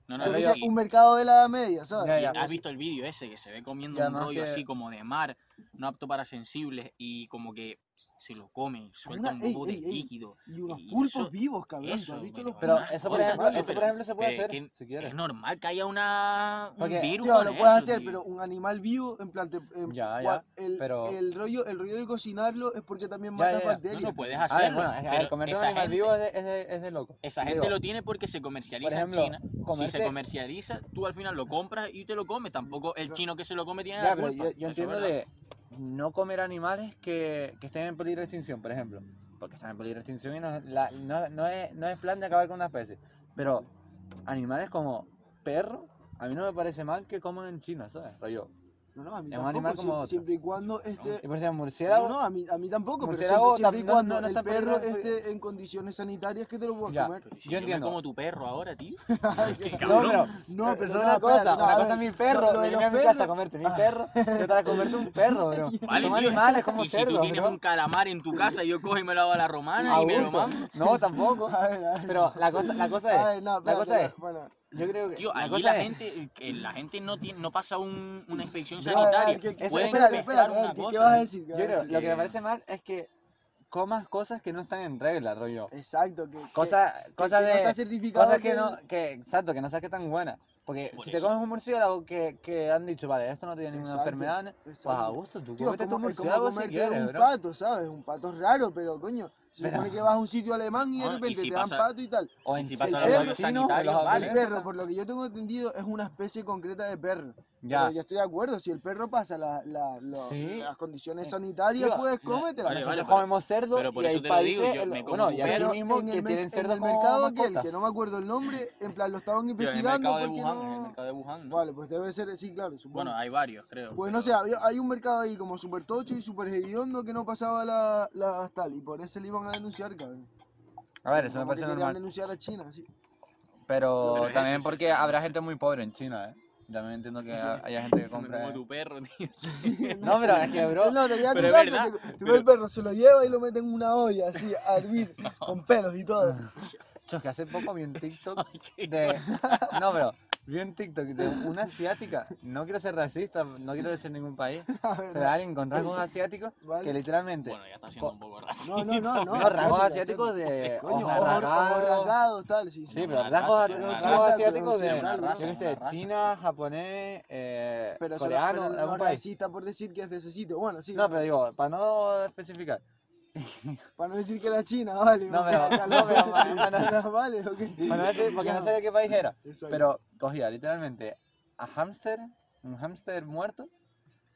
D: No, no,
A: yo
B: pero
A: qué
D: y-
A: sé, un mercado de la Edad Media, ¿sabes?
B: Ya,
D: y
B: ya,
D: ¿Has
B: pues-
D: visto el vídeo ese que se ve comiendo
B: Y
D: un
B: además
D: rollo
B: que-
D: así como de mar, no apto para sensibles y como que se lo comen, suelta
A: Una-
D: un
A: ey,
D: poco de
A: ey, ey.
D: líquido.
A: Y unos
D: Y
A: pulpos
D: eso-
A: vivos, cabrón. ¿tú
D: eso,
A: has visto
D: bueno,
A: los
D: bueno,
B: Pero
A: pulpos?
B: eso, por
A: Joder,
B: ejemplo,
A: macho,
B: eso por
D: pero
B: ejemplo se puede
D: es
B: hacer,
D: que-
B: si quieres.
D: Es normal que haya una, un
B: Porque-
D: virus
A: Tío,
D: con
A: lo
D: eso,
A: puedes hacer,
D: tío.
A: pero un animal vivo, en plan, te- em,
B: Ya,
A: cua- el,
B: pero-
A: el rollo, el rollo de cocinarlo es porque también
B: Ya,
A: mata
B: ya, ya.
D: No,
A: bacterias.
D: no puedes
B: A ver,
D: hacerlo.
B: bueno, es- a ver,
D: pero
B: comerte un
D: esa
B: animal
D: gente-
B: vivo es de, es de- es de loco.
D: Esa
B: Digo,
D: gente lo tiene porque se comercializa
B: por ejemplo,
D: en China. Si
B: comerte-
D: se comercializa, tú al final lo compras y te lo comes. Tampoco el chino que se lo come tiene
B: Ya,
D: la
B: pero
D: culpa.
B: yo, yo
D: Eso es
B: entiendo
D: verdad.
B: de no comer animales que, que estén en peligro de extinción, por ejemplo. Porque están en peligro de extinción y no, la- no, no es, no es plan de acabar con una especie. Pero animales como perro, a mí no me parece mal que coman en China, ¿sabes? Rollo.
A: No, no, a mí
B: Es un animal
A: tampoco, siempre,
B: como otro.
A: siempre y cuando este...
B: Y por ejemplo,
A: No,
B: murciélago.
A: no, a mí, a mí tampoco, pero siempre,
B: Murciélago
A: siempre y
B: tam- no-
A: cuando
B: no- no
A: el
B: está en
A: perro
B: peligro.
A: esté en condiciones sanitarias que te lo puedas
B: Ya.
A: comer.
D: Pero si
B: yo
D: yo, me
B: entiendo.
D: como tu perro
B: <laughs>
D: ahora, tío. Qué
B: No,
D: cabrón.
B: pero,
A: No,
B: pero
A: pero
B: una
A: no,
B: cosa,
A: espérate, no,
B: una
A: a
B: cosa es
A: ver,
B: mi perro,
A: lo- lo de
B: venirme
A: los
B: a mi casa a
A: perros-
B: comerte mi perro, y otra a comerte un perro,
A: <laughs>
B: bro.
D: Vale,
B: Son
D: tío.
B: animales como
D: <laughs> Y si tú
B: cerdos,
D: tienes
B: bro.
D: un calamar en tu casa, yo cojo y me lo hago a la romana y me lo
B: Adulto.
D: mamo.
B: No, tampoco.
A: A ver, a ver.
B: Pero la cosa, la cosa es,
A: A ver, no,
B: la
A: espérate,
B: cosa es,
A: bueno.
B: yo creo que
D: Tío,
B: la
D: allí
B: cosa
D: la
B: es,
D: gente, eh, que la gente no, tiene, no pasa un- una inspección
A: A ver, a ver,
D: sanitaria.
A: ¿qué- qué-
D: Pueden
A: espérate,
D: infectar
A: espérate, a ver,
D: una
A: ¿qué- ¿Qué vas a
D: cosa.
A: decir? ¿Qué
B: yo
A: vas a
B: creo,
A: decir?
B: lo que me
D: que-
B: parece mal es que comas cosas que no están en regla, rollo.
A: Exacto, que... que-
B: Cosas,
A: Eh, que-
B: cosas
A: que no está
B: de,
A: certificado
B: cosas que no, que, exacto, que no sabes que están buenas. Porque
D: Por
B: si te
D: eso.
B: comes un murciélago que, que han dicho, vale, esto no tiene ninguna
A: Exacto,
B: enfermedad, pues
A: exacto.
B: a gusto, tú
A: Tío, es
B: comete tu
A: como, es como
B: murciélago si
A: comerte
B: quieres,
A: un
B: bro.
A: pato, ¿sabes? Un pato es raro, pero coño, se
B: Pero-
A: supone que vas a un sitio alemán y de
D: Ah, y
A: repente
D: si
A: te dan
D: pasa-
A: pato y tal.
B: O
D: Y
B: en
D: si
B: el
D: pasa
A: algo
B: perro,
A: de los
B: sí, no, los
D: sanitarios, vale.
A: El
B: japoneses
A: perro, por lo que yo tengo entendido, es una especie concreta de perro.
B: Ya,
A: Pero yo estoy de acuerdo, si el perro pasa la- la- lo-
B: Sí.
A: las condiciones
B: Eh,
A: sanitarias,
B: tío,
A: pues
B: no,
A: cómetela.
D: Vale, vale,
B: nosotros
D: pero-
B: comemos cerdo
D: pero por
B: y
D: eso
B: hay
D: te lo digo,
B: países,
D: yo
B: en-
D: me como
B: bueno,
D: un
B: y aquí
D: perro
B: mismo
A: en
B: que
A: el, mer-
B: tienen
A: en
B: cerdo
A: el
B: como
A: mercado aquel,
B: mascota.
A: que no me acuerdo el nombre, en plan lo estaban
D: Tío, en el
A: investigando
D: mercado de
A: porque
D: Wuhan, en el
A: no...
D: mercado de Wuhan, ¿no?
A: Vale, pues debe ser, sí, claro, supongo.
D: Bueno, hay varios, creo.
A: pues no sé,
D: pero-
A: había- hay un mercado ahí como super tocho y super hediondo que no pasaba la- las tal, y por eso le iban a denunciar, cabrón.
B: A ver, eso me
A: Como
B: parece
A: que querían
B: normal.
A: denunciar a China,
B: <laughs>
A: sí.
B: Pero
D: Pero eso
B: también
D: sí
B: porque
D: está
B: habrá
D: bien.
B: gente muy pobre en China, ¿eh? También entiendo que ha- haya gente que
D: Yo me como
B: compra...
D: tu perro,
B: <laughs>
D: tío.
B: No, pero es que,
A: <laughs>
B: bro,
A: No, te lleva a tu
D: pero es
A: casa,
D: verdad,
A: te- te
D: pero-
A: ve el perro, se lo lleva y lo mete en una olla así, a
B: <laughs>
A: hervir, con pelos y todo. <laughs>
B: chos, que hace poco vi un TikTok
D: Ay, qué
B: de... <laughs> No, pero vi un TikTok de una asiática. No quiero ser racista, no quiero decir ningún
A: <laughs>
B: país.
A: A ver,
B: Pero alguien con rasgos asiáticos
A: Vale.
B: que literalmente...
D: Bueno, ya está siendo un poco
A: No,
D: racista.
A: no, no, no.
B: No, rasgos
A: asiático,
B: asiáticos de...
A: Coño,
B: ojos
A: ojos
B: rasgados,
A: rasgados, tal, sí.
B: Sí,
A: sí.
B: pero
D: una
B: rasgos,
D: raza,
A: una
B: rasgos
A: raza, pero
B: asiáticos de,
A: sí, una raza,
B: yo qué sé,
D: una raza.
B: China, japonés, eh,
A: Pero eso no-
B: coreano,
A: pero no,
B: algún
A: es
B: país.
A: racista por decir que es de ese sitio. Bueno, sí,
B: No, pero digo, para no especificar.
A: para no decir que era China, <laughs> vale.
B: No,
A: bueno,
B: pero-
A: acá
B: no,
A: <laughs>
B: pero-
A: la- vale, ok.
B: Para no decir, porque no
A: Ya,
B: sé de qué país era.
A: exacto.
B: Pero cogía literalmente a hámster, un hámster muerto,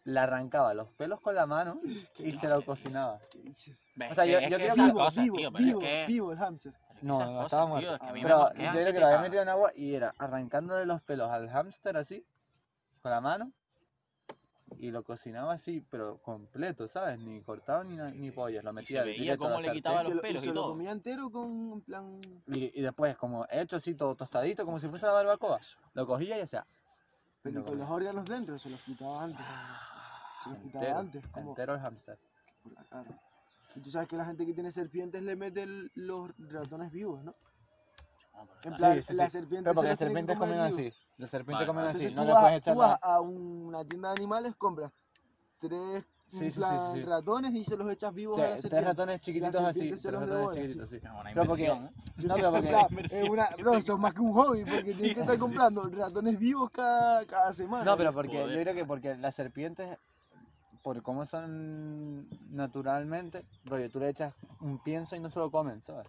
B: le arrancaba los pelos con la mano y se lo
D: dices?
B: cocinaba.
A: ¿Qué dice?
D: Ves,
B: O sea,
D: que-
B: yo-
D: es
B: yo
D: que
B: creo
D: esas
B: que-
A: Vivo,
D: cosas,
A: vivo,
D: tío, pero
A: vivo,
D: es que...
A: vivo el hámster.
D: pero es que
B: No,
D: esas
B: no,
D: cosas,
B: estaba
D: tío,
B: muerto.
D: es que a mí me
B: Pero yo
D: mosquean,
B: creo
D: qué
B: que lo había
D: pecado.
B: metido en agua y era arrancándole los pelos al hámster así, con la mano, y lo cocinaba así, pero completo, ¿sabes? Ni cortado ni, na- ni pollo, lo
D: Y
B: metía
D: se veía
B: directo a la
D: cómo le
B: sartén.
D: quitaba
A: se
D: los
A: lo,
D: pelos
A: se
D: y
A: lo
D: todo.
A: comía entero con un plan.
B: Y, y después, como hecho así, todo tostadito, como si fuese la barbacoa, lo cogía y hacía
A: Pero
B: No,
A: con
B: no. Ah,
A: los órganos dentro, se los quitaba antes. Se los quitaba
B: entero,
A: antes, como
B: entero el hámster.
A: por la cara. Y tú sabes que la gente que tiene serpientes le mete el- los ratones vivos, ¿no? En plan,
B: Ah, Sí, sí,
A: la
B: sí.
A: serpiente
B: Pero
A: se
B: porque
A: los
B: las
A: tiene que
B: serpientes
A: comer
B: comen
A: vivo.
B: así, las serpientes
D: Vale,
B: comen
D: vale.
B: así,
A: Entonces
B: no
A: tú,
B: le
A: vas,
B: puedes echar
A: tú vas
B: nada.
A: a una tienda de animales, compras tres
B: Sí,
A: en
B: sí, sí,
A: plan,
B: sí, sí.
A: ratones y se los echas vivos a la
B: Te- Tres
A: serpiente.
B: ratones chiquititos así,
A: serpiente se
B: tres
A: los
B: ratones
A: devora, sí.
B: chiquititos, sí.
D: Es una
B: Pero porque-
D: inversión, ¿eh?
A: Yo
B: No,
A: sé
B: pero
A: que,
B: porque-
A: claro,
D: inversión
A: es una,
D: que
A: bro,
D: tengo.
A: eso es más que un hobby porque tienes
D: Sí,
A: que
D: sí,
A: estar
D: sí,
A: comprando ratones vivos cada, cada
D: Ah,
A: semana.
B: No, pero
A: bro.
B: porque yo
D: Joder.
B: creo que porque las serpientes, por cómo son naturalmente, rollo, tú le echas un pienso y no se lo comen, ¿sabes?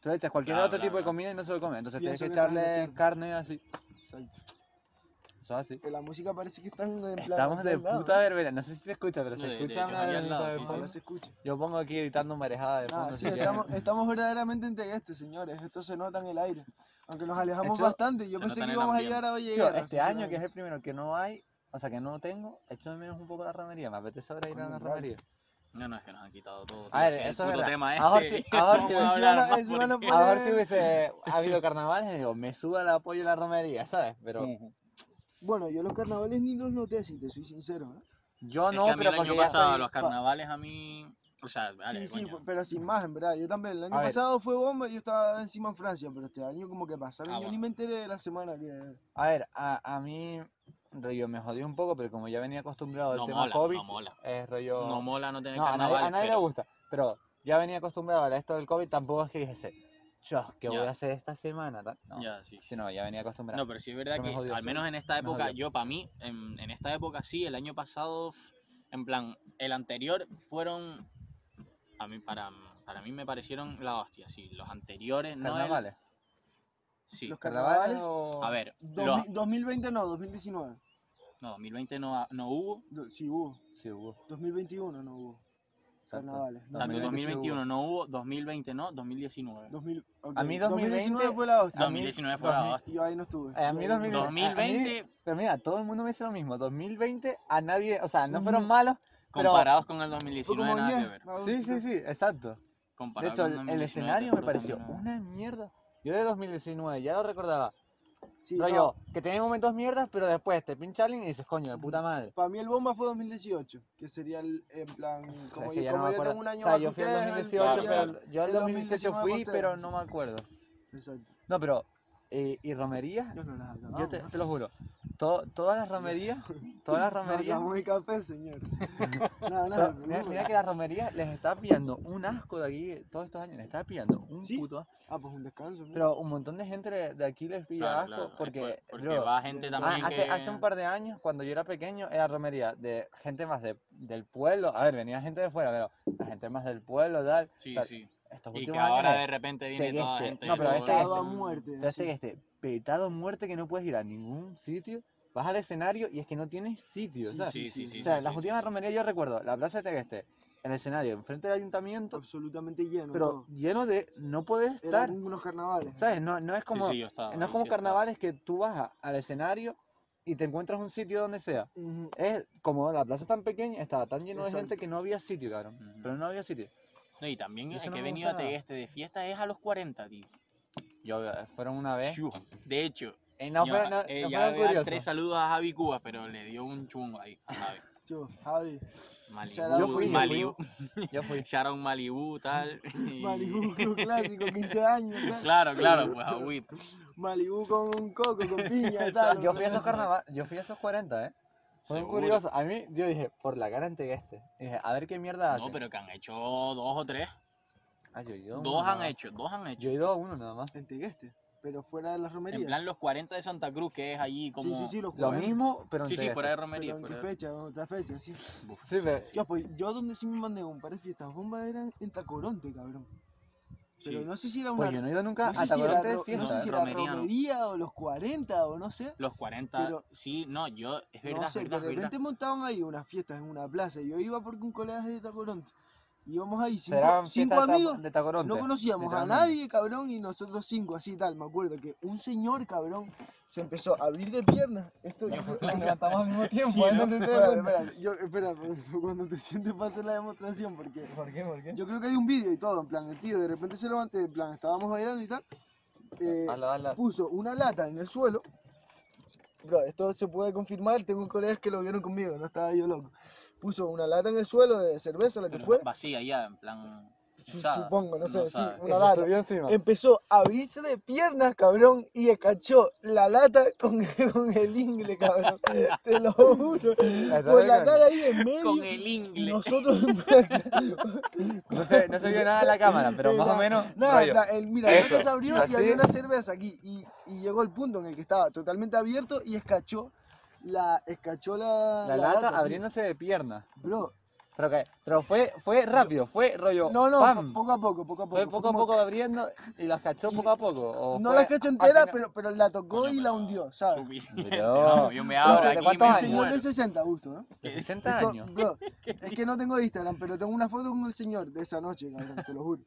B: Tú le echas cualquier
D: Claro,
B: otro
D: claro,
B: tipo de
D: claro.
B: comida y no se lo comen, entonces tienes
A: Pienso
B: que
A: que estás en lo
B: echarle
A: cierto.
B: carne así,
A: Exacto.
B: eso es así.
A: Que la música parece que están en plan.
B: Estamos
A: en
B: de
A: plan,
B: puta verbena, no sé si se escucha, pero
D: No,
B: se
D: de- de
B: escucha
D: hecho,
B: una
D: ahí al
B: verbenita
D: lado,
B: de
D: sí, sí.
B: fondo.
A: Ojalá se escuche.
B: Yo pongo aquí gritando marejada de
A: Nada,
B: fondo.
A: Ah, sí,
B: si quieres.
A: estamos, estamos verdaderamente en este, señores. Esto se nota en el aire. Aunque nos alejamos
B: Esto
A: bastante, yo
D: se
A: pensé
D: nota en
A: que
D: el
A: íbamos a
D: ambiente.
A: llegar a Valle
B: Tío,
A: Guerra,
B: este año,
A: sinceramente.
B: que es el primero que no hay, o sea, que no tengo, echo de menos un poco la romería. Me apetece ahora ir a
A: Coño,
B: la
A: raro.
B: romería.
D: No, no, es que nos han quitado todo.
B: A ver,
D: tío, el
B: eso es
D: puto
B: verdad.
D: tema
B: Ahora
D: este,
B: sí,
D: <laughs>
B: ahora
D: no
B: sí,
D: vamos a
A: encima
D: hablar
A: no-
D: más
A: encima no
D: porque-
B: A ver
A: Ole.
B: si hubiese habido carnavales, digo, me suba el apoyo a la romería, ¿sabes? Pero
D: Ujú.
A: Bueno, yo los carnavales ni los noté, si te soy sincero. ¿eh?
B: yo
D: Es
B: no,
D: que a mí
B: pero
D: el
B: porque
D: año
B: ya
D: pasado,
B: estoy-
D: los carnavales a mí... O sea, vale,
A: sí, sí,
D: coño.
A: fue- pero sin más, en verdad. Yo también. El año
B: A ver.
A: pasado fue bomba y yo estaba encima en Francia, pero este año como que pasa.
D: Ah,
A: yo ni
D: bueno.
A: me enteré de la semana que.
B: A ver, a, a mí, rollo, me jodí un poco, pero como ya venía acostumbrado al
D: No
B: tema
D: mola, no
B: COVID,
D: mola.
B: es rollo...
D: No mola no tener
B: No, a nadie, a
D: carnavales,
B: nadie le
D: pero-
B: gusta. Pero ya venía acostumbrado a esto del COVID, tampoco es que dijese, chos, ¿qué voy
D: Ya.
B: a hacer esta semana? tal". No,
D: Ya, sí.
B: sino ya venía acostumbrado.
D: No, pero sí es verdad
B: No me
D: que,
B: jodió
D: al
B: eso,
D: menos en esta
B: me
D: época,
B: jodió.
D: yo para mí, en, en esta época sí, el año pasado, f- en plan, el anterior fueron, a mí, para, para mí me parecieron la hostia, sí, los anteriores, no el-
B: ¿Carnavales?
D: sí.
A: Los
B: ¿Carnavales
A: carnavales.
B: o...?
D: A ver,
A: Dos
D: los-
A: mil- 2020 no, 2019.
D: no, 2020 no, ha- no hubo,
A: Do- sí hubo.
B: Sí, hubo.
A: 2021 no hubo.
B: exacto.
A: Carnavales.
D: o sea,
B: 2020 sí
D: 2021 no hubo, 2020 no, 2019.
A: 2000, ok,
B: A mí
A: 2019
B: 2020
A: fue la hostia.
B: a mí
D: 2019 fue la
B: 2000
D: hostia.
A: Yo ahí no estuve.
B: Eh, a mí
A: Yo ahí no
B: 2020
A: estuve.
D: 2020
B: Pero mira, todo el mundo me dice lo mismo. 2020 a nadie, o sea, no
A: Ujú.
B: fueron malos. pero-
D: comparados con el
A: Fue
D: 2019
A: como
D: nada que
A: 10.
D: ver.
A: no,
B: Sí, sí, sí, exacto. De
D: Comparado
B: hecho,
D: con
B: el,
D: 2019
B: el
D: te
B: escenario me
D: juro que
B: pareció
D: no.
B: una mierda. Yo de 2019 ya lo recordaba.
A: sí,
B: Rollo, que tenía momentos mierdas, pero después te pincha alguien y dices, coño, de puta madre.
A: Para mí el bomba fue 2018, que sería el, en plan, como,
B: Es
A: yo,
B: que ya
A: como
B: no me
A: yo
B: acuerdo.
A: tengo un año
B: o sea,
A: más
B: yo
A: que
B: fui al
A: ustedes,
B: 2018,
A: el-
B: pero yo al
A: el
B: 2018
A: 2019
B: fui,
A: con
B: pero
A: ustedes.
B: no me acuerdo.
A: Exacto,
B: No, pero. eh, ¿Y romerías?
A: yo no las acabamos.
B: Yo te, te lo juro. to- todas
A: <laughs>
B: las romerías. Todas las romerías.
A: Acabamos el café,
B: <laughs>
A: señor. no,
B: Pero
A: no,
B: mira, mira que la romería les está pillando un asco de aquí todos estos años, les está pillando un
A: Sí.
B: puto asco.
A: Ah, pues un descanso. mira.
B: Pero un montón de gente de de aquí les pilla
D: Claro,
B: asco
D: claro, es
B: porque,
D: por- porque
B: bro,
D: va gente
A: ah,
D: también
B: hace,
D: que...
B: hace un par de años, cuando yo era pequeño, era romería de gente más de- del pueblo. A ver, venía gente de fuera, pero la gente más del pueblo, tal.
D: Sí,
B: tal.
D: sí.
B: Estos
D: Y que
B: últimos
D: ahora
B: años,
D: de repente viene
B: que
D: toda
B: este-
D: gente.
B: no,
D: de
B: pero
D: todo
B: este-
D: lado.
A: Petado a muerte.
B: te hace
A: sí.
B: que esté este, petado a muerte que no puedes ir a ningún sitio. Vas al escenario y es que no tienes sitio,
A: Sí,
B: ¿sabes?
D: Sí, sí,
A: sí,
D: sí.
B: o sea,
D: sí,
B: las
D: sí,
B: últimas
D: sí.
B: romerías yo recuerdo, la plaza de Tegueste, el escenario enfrente del ayuntamiento,
A: Absolutamente lleno.
B: pero
A: todo.
B: lleno de no puedes estar
A: Eran unos carnavales.
B: sabes no, no es como
D: Sí, sí, yo estaba
B: no
D: ahí,
B: es como
D: Ah, sí estaba.
B: carnavales que tú vas a- al escenario y te encuentras un sitio donde sea
A: Ujú.
B: es como la plaza es tan pequeña estaba tan lleno de gente
A: Exacto.
B: que no había sitio cabrón
D: Ujú.
B: pero no había sitio
D: No, y también
B: Eso
D: el
B: no
D: que he
B: me
D: venido a
B: gusta nada.
D: Tegueste de fiesta es a los 40, tío.
B: yo eh, fueron una vez
D: Chiu. De hecho,
B: Eh, no
D: yo-
B: fueron, no,
D: eh,
B: no fueron
D: ya voy a dar
B: curiosos.
D: tres saludos a Javi Cuba, pero le dio un chungo ahí a Javi.
A: Yo, Javi. Shout
D: Malibu,
A: out
B: yo fui, yo fui,
D: Malibu,
B: yo
A: <laughs>
B: fui.
D: Sharon Malibu, tal. y-
A: Malibu Club
D: <laughs>
A: Clásico, 15 años. tal.
D: Claro, claro, pues agüita.
A: Malibu con un coco, con piña,
D: <laughs> Exacto.
A: tal.
B: Yo fui
A: una
B: a esos
A: cosa.
B: carnaval, yo fui a esos 40, eh. Fueron
D: Seguro.
B: curiosos. A mí, yo dije, por la cara en Tegueste. Dije, a ver qué mierda Ah, hace.
D: No, pero que han hecho dos o tres. Dos han hecho, dos han hecho.
B: Yo he ido a uno nada más.
A: En Tegueste, este, pero fuera de la romería.
D: En plan, los 40 de Santa Cruz, que es allí como.
A: sí, sí, sí, los
B: Lo
A: cuarenta.
B: mismo, pero en
D: Sí, sí,
B: Tegueste.
D: fuera de
A: Pero
D: romería.
A: ¿En qué
D: fuera de-
A: fecha? ¿En otra fecha? Sí.
D: Buf,
B: Sí, pero-
A: Yo, pues, yo donde sí me mandé un par de fiestas bombas eran en Tacoronte, cabrón. Pero
D: sí.
A: no sé si era una...
B: Pues yo no he ido nunca
A: no sé
B: a
A: si era,
B: Tacoronte de
A: ro-
B: fiesta.
A: no sé si
B: ¿eh?
A: era
D: Romería, ¿no?
A: romería o los 40 o no sé.
D: Los 40,
A: Pero-
D: sí, no, yo, es verdad,
A: no
D: es
A: sé,
D: verdad,
A: de
D: es verdad.
A: repente montaban ahí unas fiestas en una plaza. y Yo iba porque un colega es de Tacoronte. Íbamos ahí, cinco,
B: Serán
A: cinco
B: fiestas de Taco-
A: amigos.
B: de Tacoronte.
A: No conocíamos a
B: literalmente.
A: nadie, cabrón, y nosotros cinco, así tal. Me acuerdo que un señor, cabrón, se empezó a abrir de piernas. Esto
D: Yo fui-
B: Nos levantamos al mismo tiempo,
A: <laughs> Sí,
B: ¿eh?
A: ¿no?
B: No sé ustedes,
A: Espérate,
B: pero-
A: espérate, yo- espera, pues, cuando te sientes para hacer la demostración, porque
B: ¿Por qué? ¿Por qué?
A: yo creo que hay un vídeo y todo, en plan, el tío de repente se levanta, en plan, estábamos bailando y tal, eh,
B: Hazlo, hazlo.
A: puso una lata en el suelo, bro, esto se puede confirmar, tengo colegas que lo vieron conmigo, no estaba yo loco, puso una lata en el suelo de cerveza, la que
D: Pero
A: fuera,
D: vacía ya, en plan.
A: su-
D: sabe,
A: supongo, no
D: no
A: sé, sí,
D: sabe.
A: una
B: Eso
A: lata.
B: subió encima.
A: Empezó a abrirse de piernas, cabrón, y cachó la lata con, con el ingle, cabrón. Te
B: <laughs>
A: lo juro. Con la
B: bien.
A: cara ahí en medio.
D: Con el
A: y
D: inglés.
B: <laughs>
A: nosotros. <laughs>
B: No se, no se vio nada en la cámara, pero más o
A: Era-
B: menos.
A: Nada,
B: rollo.
A: la- el- mira, la
B: Eso,
A: lata se abrió
B: así.
A: y había una cerveza aquí. Y, y llegó el punto en el que estaba totalmente abierto y escachó la. Escachó la.
B: La lata
A: tío.
B: abriéndose de pierna.
A: Bro,
B: Pero, que, pero fue, fue rápido, fue rollo.
A: no, no,
B: ¡pam!
A: poco a poco, poco a poco.
B: Fue poco a
A: como-
B: poco abriendo y las cachó poco a poco. o
A: No
B: fue
A: la cachó
B: al
A: entera,
B: final-
A: pero, pero la tocó
D: Coño,
A: y la
D: pero
A: hundió, ¿sabes?
D: Suficiente.
B: Pero-
D: vamos, yo me abro
B: ¿de
D: aquí,
B: cuántos
D: me
A: Un
B: años?
A: señor
D: muero.
A: de 60, gusto, ¿no?
B: De
D: ¿Qué?
B: 60
A: Esto,
B: años. <laughs>
A: bro, es que no tengo Instagram, pero tengo una foto con el señor de esa noche, cabrón, te lo juro.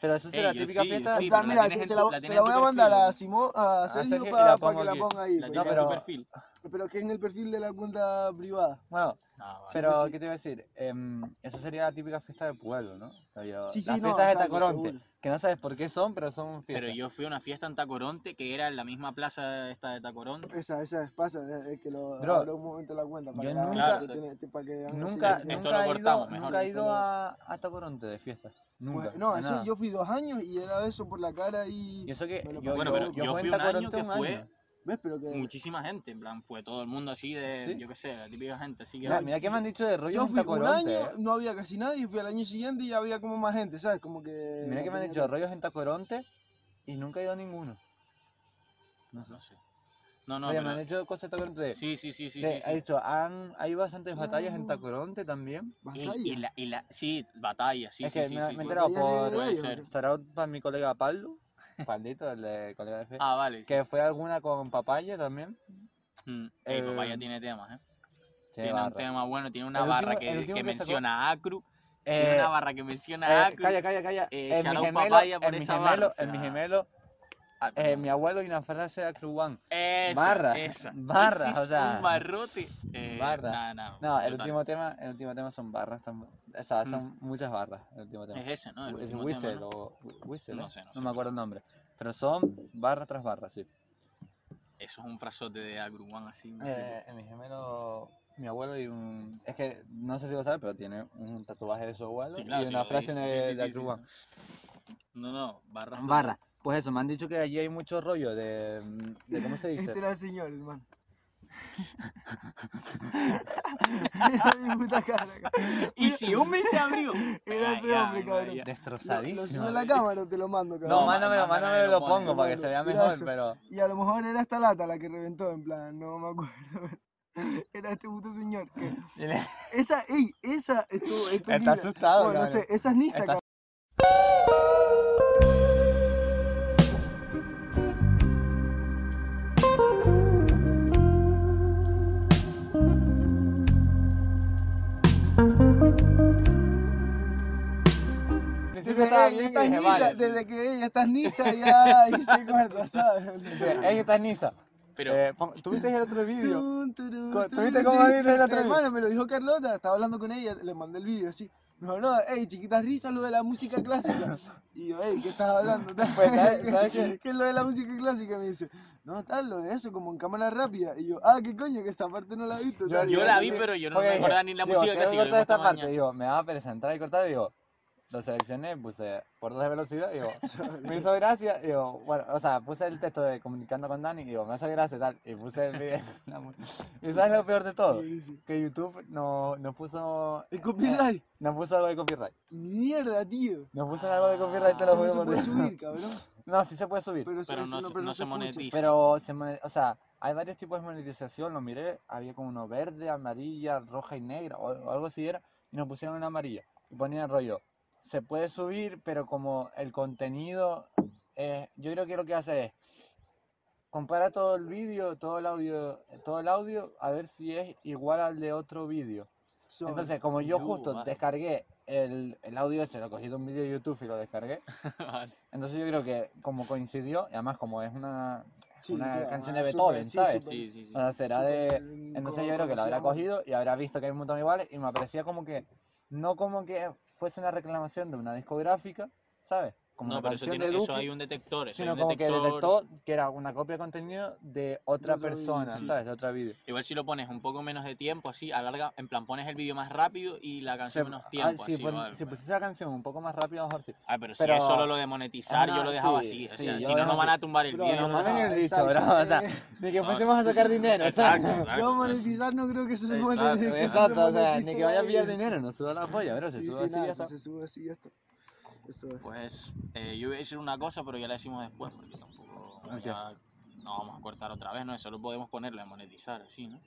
B: Pero eso es
D: Ey,
B: la
D: yo
B: típica
D: sí, yo
B: fiesta.
D: sí,
A: En
B: de-
A: plan,
D: pero la
A: mira,
D: tienes
A: se,
D: en
A: se
D: tu-
A: la,
D: la
A: se
D: tienes
A: la
D: en
A: voy
D: tu
A: a
D: perfil,
A: mandar a
D: ¿no?
A: Simón, a Sergio,
B: Sergio y
A: para
B: Ah, la
A: que
B: pongo
A: la
B: aquí.
A: ponga ahí.
D: La
A: porque
B: No,
D: tienes
A: la-
D: en
B: pero-
D: tu perfil.
A: pero que en el perfil de la cuenta privada.
B: Bueno,
D: Ah, vale.
B: pero
A: sí.
B: ¿qué te iba a decir? Em, esa sería la típica fiesta de pueblo, ¿no? Rollo,
A: Sí, sí,
B: las
A: no,
B: fiestas de
A: exacto,
B: Tacoronte,
A: seguro.
B: que no sabes por qué son, pero son fiestas.
D: Pero yo fui a una fiesta en Tacoronte que era en la misma plaza esta de Tacoronte.
A: Esa, esa es, pasa, es es que lo
B: Bro,
A: abro un momento la cuenta para
B: yo
A: que la
B: nunca-
A: que tiene- te- para que hagan así,
B: nunca,
A: ¿viste?
D: esto
B: nunca
D: lo
B: he ido-
D: cortamos, mejor.
B: nunca he
A: Esto
B: ido
A: lo-
B: a, a Tacoronte de fiesta. Nunca.
A: Pues, no,
B: a
A: eso,
B: nada.
A: yo fui dos años y era eso por la cara y.
B: Y eso que
A: me lo
B: yo,
A: pasé
D: Bueno, pero
A: bomba.
D: yo
B: fui
D: fui
B: en
D: un año
B: Tacoronte
D: que
B: un
D: fue
B: año.
A: ¿Ves? Pero que.
D: Muchísima gente, en plan, fue todo el mundo así de,
B: Sí.
D: yo qué sé, la típica gente, así que...
B: Mira, mira qué me han dicho de rollo
A: Yo
B: un
A: fui un
B: tacorote.
A: año, no había casi nadie, y fui al año siguiente y había como más gente, ¿sabes? Como que.
B: Mira que me han
A: tenía
B: dicho rollos en Tacoronte y nunca he ido a ninguno. No sé.
D: No sé. No, no,
B: Oye,
D: pero-
B: me han dicho cosas de Tacoronte. de-
D: Sí, sí, sí, sí,
B: de-
D: sí,
B: Ha
D: sí.
B: dicho, han, hay bastantes batallas en
A: No.
B: Tacoronte también.
D: Y-
A: batalla.
D: Y, la, y la, sí, batalla, sí,
B: Es
D: sí,
B: que
D: sí,
B: me-
D: sí,
B: me he
D: sí.
B: enterado
A: Batalla de
B: por-
A: gallos,
D: puede ser.
A: ¿o
B: Será para mi colega Paldo, Paldito, el de colega de fe,
D: <laughs> Ah, vale. sí.
B: que fue alguna con Papaya también.
D: Mm. Ey, papá ya
B: eh,
D: tiene temas, ¿eh?
B: Che,
D: tiene un
B: barra.
D: tema bueno, tiene una
B: El
D: barra
B: último- el
D: que,
B: último
D: que
B: que sacó-
D: menciona a Acru.
B: Eh,
D: tiene una barra que menciona a
B: eh,
D: Acru.
B: calla, calla, calla.
D: eh,
B: en, mi
D: Shadow
B: gemelo,
D: Papaya por
B: en, mi
D: esa barra,
B: gemelo,
D: o
B: en mi
D: sea,
B: gemelo,
D: Acru,
B: eh,
D: ¿no?
B: mi abuelo y una frase de Acruan.
D: Esa,
B: barra,
D: esa.
B: barra,
D: Ese
B: o
D: es
B: sea,
D: Un barrote. Eh,
B: barra.
D: nah, nah,
B: No, el
D: brutal.
B: último tema, el último tema son barras, son, o sea,
D: Mm.
B: son muchas barras, el último tema.
D: Es ese, ¿no? El
B: Wi- es
D: último tema,
B: Whistle
D: ¿no?
B: o Wi- Whistle,
D: No
B: ¿eh?
D: sé, no sé,
B: me acuerdo el nombre. Pero son barra tras barra, sí.
D: Eso es un frasote de Acru, Juan, así. me
B: Eh, mi gemelo, mi abuelo y un... Es que no sé si lo sabes, pero tiene un tatuaje de su abuelo
D: Sí, claro,
B: y
D: sí,
B: una
D: lo
B: frase
D: dice, sí,
B: de,
D: sí,
B: de
D: sí, sí,
B: Acruan.
D: flipo. No, no, barra. todo.
B: Barra. Pues eso, me han dicho que allí hay mucho rollo de... mm, de ¿Cómo se dice?
A: Este era el señor, <laughs> hermano. Mira mi puta cara.
D: Y si hombre se abrió.
A: <laughs> Era ese
D: Ay,
A: hombre, cabrón.
D: ay, ay, ay.
A: Lo, lo
B: Destrozadísimo.
A: sube a la cámara, te lo mando,
B: No,
A: cabrón.
D: ma-
B: mándamelo,
D: mándamelo,
B: mándamelo,
D: lo
B: lo
D: pone.
B: pongo para que se vea
A: Mira
B: mejor,
A: eso.
B: pero...
A: Y a lo mejor era esta lata la que reventó, en plan, no me acuerdo. <laughs> Era este puto señor que.
B: <laughs>
A: Esa, ey, esa estuvo. estuvo
B: Está
A: aquí.
B: asustado,
A: Bueno, no
B: cabrón.
A: sé, esa es Nisa,
B: Está-
A: cabrón.
B: Al
A: Desde,
B: principio estaba
A: ey,
B: bien y
A: estás
B: dije,
A: Nisa,
B: vale.
A: desde que ella está Nisa, ya ahí
B: <laughs>
A: se corta, ¿sabes?
B: Ella está en Niza.
D: Pero
B: Eh, pon- ¿Tú viste el otro vídeo?
A: Tun, turun,
B: Co- ¿tú
A: turun,
B: viste cómo dice el otro día?
A: Hermano, me lo dijo Carlota, estaba hablando con ella, le mandé el vídeo así. Me habló, hey, chiquitas risas, lo de la música
B: <laughs>
A: clásica. Y yo, hey, ¿qué estás hablando? tal?"
B: Pues, ¿sabes- sabes qué?
A: <laughs> ¿Qué es lo de la música clásica? Me dice, no, tal, lo de eso, como en cámara rápida. Y yo, ah, ¿qué coño? Que esa parte no la he visto.
B: Yo-
A: tal.
D: yo
B: digo,
D: la
B: no
D: vi,
B: sé,
D: pero yo no
B: Porque
D: me
B: dije,
D: acordaba ni la
B: digo,
D: música que
B: quiero
D: se
B: cortar esta parte, digo, me daba pereza entrar y cortar, digo, lo seleccioné, puse por dos de velocidad, <laughs> digo, me hizo gracia, digo, bueno, o sea, puse el texto de comunicando con Dani, digo, me hace gracia tal, y puse el video. la mu- y sabes lo peor de todo,
A: Buenísimo.
B: que YouTube no, no puso,
A: El copyright.
B: no puso algo de copyright,
A: Mierda, tío.
B: no puso algo de copyright, te lo
A: Eso no
B: juro
A: se
B: por
A: puede
B: Dios.
A: subir, cabrón.
B: No, sí se puede subir.
A: Pero, eso-
D: Pero
A: eso
D: no se-
A: pero
D: no se
A: escucha.
D: monetiza.
B: Pero se mone- o sea, hay varios tipos de monetización, lo miré, había como uno verde, amarilla, roja y negra, o, o algo así era, y nos pusieron una amarilla. Y ponían rollo, se puede subir, pero como el contenido, eh, yo creo que lo que hace es compara todo el vídeo, todo el audio, todo el audio, a ver si es igual al de otro vídeo.
A: Sobre.
B: Entonces, como yo
D: Yo,
B: justo
D: vale.
B: descargué el, el audio ese, lo cogí de un vídeo de YouTube y lo descargué,
D: <laughs>
B: entonces yo creo que como coincidió, y además como es una
A: Sí,
B: una
A: tío,
B: canción
A: ah,
B: de
A: súper,
B: Beethoven, ¿sabes?
A: súper,
D: Sí, sí, sí.
B: O sea, será de...
A: súper
B: Entonces yo creo que la habrá
A: conocida.
B: cogido y habrá visto que hay un montón iguales y me parecía como que... No como que fuese una reclamación de una discográfica, ¿sabes? Como
D: No,
B: una
D: pero eso,
B: canción
D: tiene,
B: de
D: eso
B: Duki,
D: hay un detector. Eso hay
B: sino
D: un
B: como que
D: detector.
B: detectó que era una copia de contenido de otra
A: otro vídeo,
B: persona,
A: sí.
B: ¿sabes? De otra vídeo.
D: Igual si lo pones un poco menos de tiempo, así, alarga, en plan pones el vídeo más rápido y la
B: Se-
D: canción menos
B: ah,
D: tiempo,
B: si,
D: así
B: pon-
D: o algo, eh.
B: si
D: pero-
B: pusiese la canción un poco más rápido, mejor sí.
D: Ah, pero
B: pues.
D: si
B: pero-
D: es solo lo de monetizar,
B: Ah,
D: yo lo dejaba
B: sí,
D: así. O
B: sí,
D: sea,
B: yo
D: si no,
B: dejo
D: no van
B: así.
D: a tumbar el
A: Bro,
D: vídeo.
A: no
D: lo
B: mames,
D: dejaba.
B: el
A: exacto,
B: bicho, bro, o <laughs> sea,
A: eh.
B: Ni que
D: Exacto.
B: fuésemos a sacar dinero, ¿sabes?
D: Exacto, exacto.
A: Yo
D: exacto.
A: monetizar no creo que se se
D: Exacto,
A: monetice.
B: <laughs> Exacto, o sea, ni
A: monetice
B: que vaya a pillar
A: nadie,
B: dinero, no suba la polla, pero
A: sí.
B: se
A: Sí,
B: sube
A: sí,
B: así y
A: nada,
B: ya
A: eso
B: está.
A: se sube así y ya está. Eso es.
D: Pues eh, yo iba a decir una cosa, pero ya la decimos después, porque tampoco.
B: Ok.
D: ya no vamos a cortar otra vez, ¿no? Eso lo podemos ponerlo de monetizar, así, ¿no?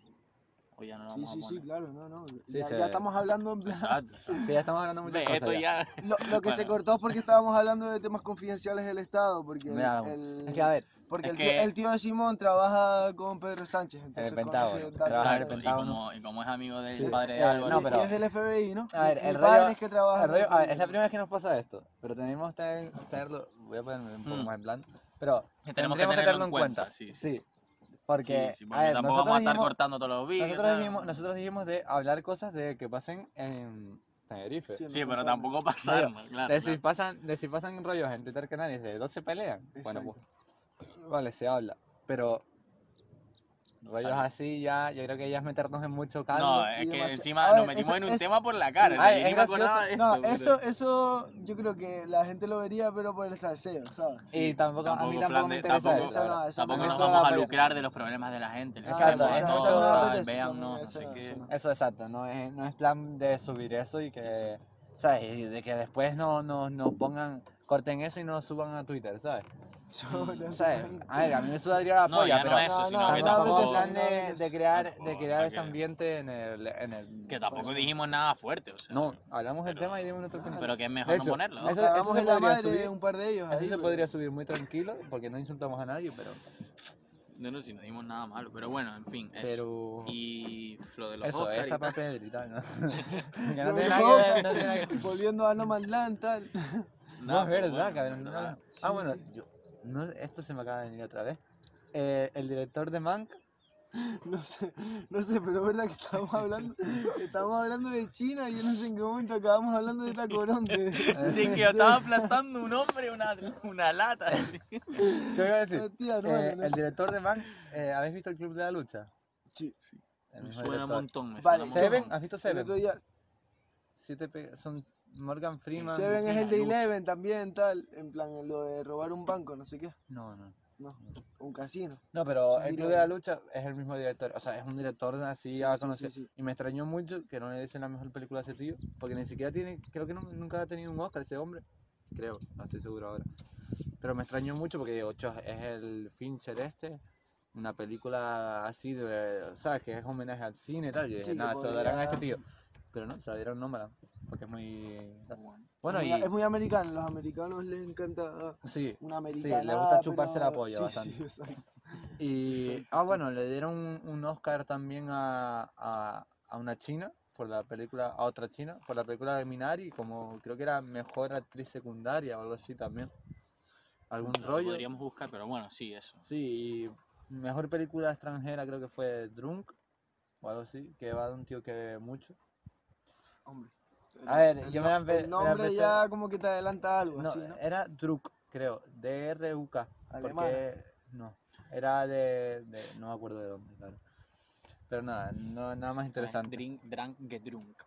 D: O ya no lo
A: Sí,
D: vamos
A: sí,
D: a
A: sí,
D: poner.
A: claro, no, no.
B: Sí,
A: ya,
B: se-
A: ya estamos hablando en plan.
D: Exacto, exacto.
B: Que ya estamos hablando <laughs> muchas
D: Ve,
B: cosas
D: esto
B: ya.
D: <laughs> ya.
A: Lo, lo que se
D: Bueno.
A: cortó es porque estábamos hablando de temas confidenciales del Estado, porque el,
B: Mira,
A: el-
B: Es que a ver,
A: porque
D: es
A: el, tío,
D: que-
A: el tío de Simón trabaja con Pedro Sánchez, entonces
B: Pentágono,
A: conoce
B: trabaja en el
D: Exacto, y
B: Pentágono.
D: como, y como es amigo del
A: Sí.
D: padre de
B: Eh,
D: Álvaro.
B: no,
A: Y-
B: pero-
A: y es del FBI, ¿no?
B: A ver,
A: Mi- mi
B: el rollo-
A: padre es que trabaja
B: el
A: en el
B: rollo- a ver,
A: FBI.
B: es la primera vez que nos pasa esto, pero tenemos que tener- tenerlo, voy a ponerme un poco
D: Mm.
B: más en plan, pero
D: que
B: tenemos que tenerlo en cuenta.
D: Sí, sí.
B: sí, porque,
D: Sí, sí,
B: a ver,
D: tampoco vamos
B: nosotros
D: a estar
B: dijimos,
D: cortando todos los vídeos.
B: nosotros,
D: tal.
B: dijimos, nosotros dijimos de hablar cosas de que pasen en Tenerife.
A: Sí,
D: Sí,
A: nos
D: pero
A: contamos.
D: tampoco pasarnos, claro.
B: De si
D: claro.
B: pasan, de si pasan rollos en Twitter canales de dos pues, se pelean, bueno,
A: Exacto.
B: pues, vale, se habla, pero Rollos
D: Sale.
B: así ya, yo creo que ya es meternos en mucho caldo.
D: No, eh,
A: y
D: es que
A: demasi-
D: encima
A: A
D: nos
A: ver,
D: metimos
A: eso-
D: en un
A: eso-
D: tema por la cara.
B: sí.
D: o sea,
B: Ay,
D: yo
B: es
D: ni me
B: <laughs>
D: acordaba de
A: No,
D: esto, bro.
A: eso, eso yo creo que la gente lo vería, pero por el salseo,
B: <laughs>
A: ¿sabes?
B: y tampoco, a mí
D: tampoco
B: tampoco
D: plan
B: me
D: de-
B: interesa
D: tampoco-
B: eso. la verdad.
A: eso
D: Tampoco
A: no-
D: nos
B: eso
D: vamos
B: la
D: a
B: verdad.
D: lucrar de los problemas de la gente. les
A: Ah,
D: queremos
B: eso-
D: esto,
B: eso no,
D: tal,
A: eso
D: vean,
A: no,
D: no, no
A: eso
D: sé
A: no,
D: qué.
A: eso no.
B: Eso exacto, no es, no es plan de subir eso y que, ¿sabes? Y de que después no nos no pongan, corten eso y no lo suban a Twitter, ¿sabes?
A: Yo no-
B: ¿Sabes? A ver, a mí me sudaría la
D: No,
B: polla,
D: ya no
B: pero
D: eso,
A: No,
D: sino
A: no,
D: que
A: no,
B: tampoco
A: vete,
D: tampoco-
B: plan
A: sí, no,
B: de,
A: vete,
B: de
A: sí.
B: crear,
D: Tampoco,
B: de crear
D: hay
B: ese
D: que-
B: ambiente en el, en el...
D: Que tampoco dijimos nada fuerte, o sea.
B: No, hablamos del
D: pero-
B: tema y dimos
A: Ah,
B: nuestra opinión.
D: Pero que es
B: De
D: mejor no
B: hecho,
D: ponerlo. ¿no?
B: eso-
A: Cagamos
B: se
A: en la
B: podría
A: madre
B: subir.
A: un par de ellos
B: Así
A: ahí. pues.
B: se
A: pero-
B: podría subir muy tranquilo porque no insultamos a nadie, pero...
D: No, no, si no dimos nada malo. Pero bueno, en fin. Eso.
B: pero...
D: Y lo de los
B: Eso,
D: Oscar y
B: esta
D: tal.
B: para Pedro y tal, <laughs> ¿no? que no
A: Lo de
B: tiene nada que ver,
A: Boca,
B: no tiene nada que ver.
A: Volviendo a No Man's Land, tal. <laughs>
B: No, es
D: pero
B: verdad,
D: bueno,
B: cabrón. no
D: verdad.
B: la- ah,
A: Sí,
B: bueno,
A: sí.
B: yo- no, esto se me acaba de venir otra vez. Eh, el director de Mank,
A: No sé, no sé, pero es verdad que estábamos hablando, estábamos hablando de China y yo no sé en qué momento acabamos hablando de
B: <laughs>
A: Tacoronte.
D: De que estaba aplastando un hombre una, una lata. así.
B: ¿qué voy a decir?
A: Hostia, hermano,
B: Eh,
A: <laughs> no
B: el
A: sé.
B: director de Mank, eh, ¿habéis visto el Club de la Lucha?
A: Sí.
B: El
D: Me
B: mismo
D: suena un
B: director.
D: montón. Me
A: Vale,
D: suena un
B: Seven,
D: montón.
B: ¿has visto
A: El
B: Seven?
A: otro día,
B: Siete pe- son Morgan Freeman.
A: Seven es el de
D: Lucha.
A: Eleven también, tal. En plan, lo de robar un banco, no sé qué.
B: No, no.
A: No, un casino.
B: No, pero
A: Sí,
B: el Club
A: no.
B: de la Lucha es el mismo director. O sea, es un director así
A: Sí,
B: a
A: sí, sí,
B: conocer.
A: sí.
B: Y me extrañó mucho que no le dicen la mejor película a ese tío. Porque ni siquiera tiene. Creo que no- nunca ha tenido un Oscar ese hombre. Creo, no estoy seguro ahora. Pero me extrañó mucho porque digo, "Chos, es el Fincher este. Una película así de. ¿Sabes? Que es homenaje al cine y tal. Y yo dije,
A: Sí, que
B: nada, se lo darán a este
A: podría-
B: tío. Pero no, se lo dieron Nómada. Porque es muy.
D: Bueno.
B: Bueno, y.
A: Es muy americano, los americanos les encanta
B: Sí.
A: una
B: les
A: americana.
B: gusta chuparse la polla
A: sí,
B: bastante.
A: Sí, exacto.
B: Y,
A: Exacto,
B: ah,
A: sí.
B: bueno, le dieron un, un Oscar también a, a, a una china, por la película, a otra china, por la película de Minari, como creo que era mejor actriz secundaria o algo así también. Algún
D: Lo
B: rollo.
D: Podríamos buscar, pero bueno, sí, eso.
B: Sí, y mejor película extranjera creo que fue Drunk, o algo así, que va de un tío que bebe mucho.
A: Hombre.
B: A ver,
A: El
B: yo
A: no-
B: me la empe-
A: El
B: me la
A: nombre
B: empecé-
A: ya como que te adelanta algo,
B: No, eh,
A: así, ¿no?
B: era Druk, creo, D-R-U-K,
A: Alemana.
B: porque no, era de, de- no me acuerdo de dónde, claro. Pero nada, no, nada más interesante.
D: Drink, drunk, get drunk.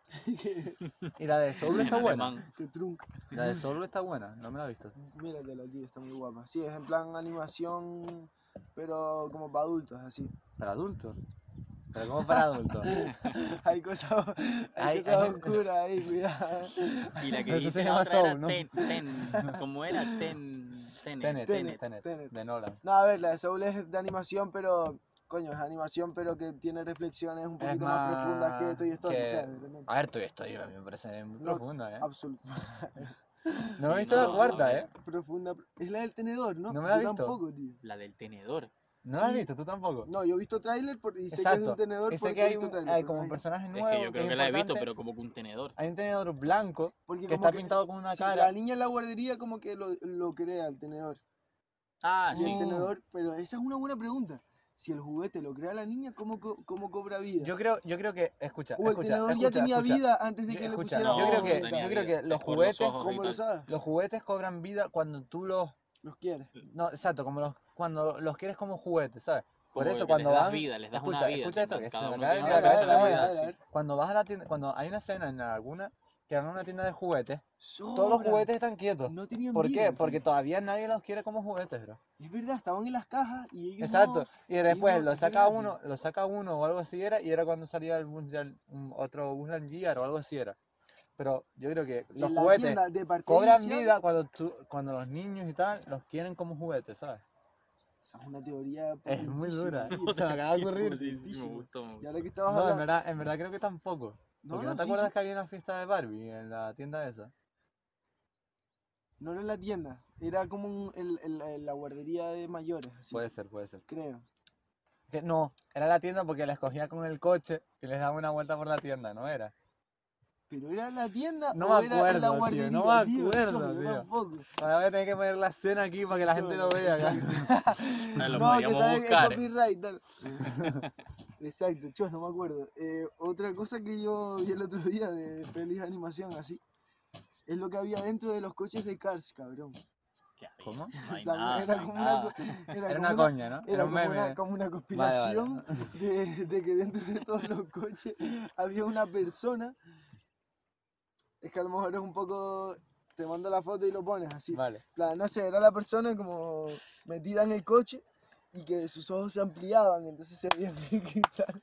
B: Y la de Soul está
D: En
B: buena.
D: alemán.
A: Qué trunca.
B: La de Soul está buena, no me la he visto.
A: Míratela aquí, está muy guapa. Sí, es en plan animación, pero como para adultos, así. <laughs>
B: Para adultos. Pero como para adultos.
A: Hay cosas, hay
B: Hay-
A: cosas
B: hay-
A: oscuras ahí,
B: <laughs>
A: cuidado.
D: Y la que
B: Eso se
D: dice la
B: llama
D: otra era
B: soul, ¿no?
D: ten, ten. ¿Cómo era? Ten, ten,
B: Tenet,
A: Tenet,
B: Tenet,
A: Tenet.
B: Tenet, de Nolan.
A: No, a ver, la de Soul es de animación, pero, coño, es animación, pero que tiene reflexiones un
B: Es
A: poquito más,
B: más
A: profundas que Toy Story,
B: que-
A: o sea, de repente.
B: A ver, Toy Story a mí me parece muy
A: No,
B: profunda, ¿eh?
A: Absolut-
B: No me he
D: sí,
B: visto
D: no,
B: la
D: no,
B: cuarta,
D: no.
B: ¿eh?
A: Profunda. Es la del tenedor, ¿no?
B: No me la he
A: Yo
B: visto.
A: tampoco, tío.
D: La del tenedor.
B: No la has
A: Sí.
B: visto, tú tampoco.
A: No, yo he visto tráiler por- y sé que es de
B: Exacto.
A: un tenedor
B: Y sé
A: porque
B: que
A: he
B: hay,
A: visto
B: un-
A: tráiler.
B: hay
A: pero
B: como
A: no
B: un
A: hay-
B: personaje
D: Es
B: nuevo.
D: que yo creo
B: es
D: que la he visto,
B: importante.
D: pero como que un tenedor.
B: Hay un tenedor blanco
A: Porque
B: que
A: como
B: está
A: que-
B: pintado con una
A: sí, la
B: cara.
A: niña en la guardería como que lo, lo crea el tenedor.
D: Ah,
A: Y
D: sí.
A: el
B: Mm.
A: tenedor, pero esa es una buena pregunta. Si el juguete lo crea la niña, ¿cómo, co- cómo cobra vida?
B: Yo creo, yo creo que, escucha,
A: o el
B: escucha,
A: tenedor ya
B: escucha,
A: tenía
B: escucha.
A: vida antes de
B: Yo-
A: que le
B: escucha,
A: pusieran.
B: yo creo que-
A: los
B: yo creo
D: vida.
B: que los
D: Es por
B: juguetes,
D: ojos y
A: ¿Cómo lo
D: tal.
A: sabes?
B: Los juguetes cobran vida cuando tú los,
A: Los quiere.
B: no, exacto, como los, cuando los quieres como juguetes, ¿sabes? Por
D: Como
B: eso
D: que
B: cuando
D: les das
B: van-
D: vida, les das una
B: escucha,
D: vida.
B: escucha esto,
D: tipo,
B: que se
D: cada
B: me
D: uno
B: acaba de
D: tiene
B: venir
D: una
B: a la
D: cosa
B: cabeza,
D: de
A: a
D: la
A: ver, a
D: vida,
A: ver.
D: sí.
B: Cuando vas a la tienda, cuando hay una escena en alguna, que van a una tienda de juguetes, todos los
A: Sobran.
B: juguetes están quietos.
A: No tenían
B: ¿Por
A: vida,
B: qué?
A: tío.
B: Porque todavía nadie los quiere como juguetes, bro.
A: Es verdad, estaban en las cajas y ellos
B: Exacto.
A: no-
B: Y después
A: no,
B: lo
A: es
B: saca
A: gratis.
B: uno, lo saca uno o algo así era, y era cuando salía el Bunyan- un- otro Buslan Gear o algo así era. Pero yo creo que
A: en
B: los
A: la
B: juguetes
A: tienda de partida
B: cobran
A: inicial.
B: vida cuando tú, cuando los niños y tal los quieren como juguetes, ¿sabes?
A: Esa es una teoría pues,
B: Es muy
A: potentísima,
B: <laughs> dura.
A: tío.
B: Se me
A: <laughs>
B: acaba de ocurrir.
D: Sí, sí, sí, me
A: Tantísimo.
D: gustó. me
A: Y
D: gustó.
A: ahora que estabas
B: No, en
A: hablando...
B: verdad, en verdad creo que tampoco.
A: No,
B: Porque
A: no,
B: no, te
A: sí,
B: acuerdas
A: sí.
B: que había una fiesta de Barbie en la tienda esa.
A: No era la tienda, era como un- el- el- el- la guardería de mayores, así,
B: Puede ser, puede ser.
A: creo.
B: Que no, era la tienda porque la cogía con el coche y les daba una vuelta por la tienda, ¿no era?
A: Pero era la tienda
B: No
A: o era
B: me
A: en la
B: acuerdo,
A: guardería.
B: tío, no me acuerdo,
A: yo
B: tío.
A: tampoco.
B: Ahora voy a tener que poner la escena aquí para que la
A: Sí,
B: gente
A: sí,
B: lo vea. acá.
D: <laughs>
A: exacto.
D: Ah,
A: no, que
D: lo podríamos
A: sabe que es
D: buscar. eh.
A: copyright. tal. Exacto, chos, no me acuerdo. Eh, otra cosa que yo vi el otro día de pelis de animación así es lo que había dentro de los coches de Cars, cabrón.
D: ¿Qué había?
B: ¿Cómo?
D: No hay
A: En plan,
D: nada,
A: era
D: no hay
A: como una
D: nada.
A: co- era
B: Era
A: como
B: una
A: una-
B: coña, ¿no?
A: Era
B: Era un
A: como
B: meme.
A: una,
B: ¿no?
A: como una conspiración De, de que dentro de todos los coches había una persona. Es que a lo mejor es un poco. Te mando la foto y lo pones así.
B: Vale.
A: plan, no sé, era la persona como metida en el coche y que sus ojos se ampliaban, entonces se veía <laughs> que quitar.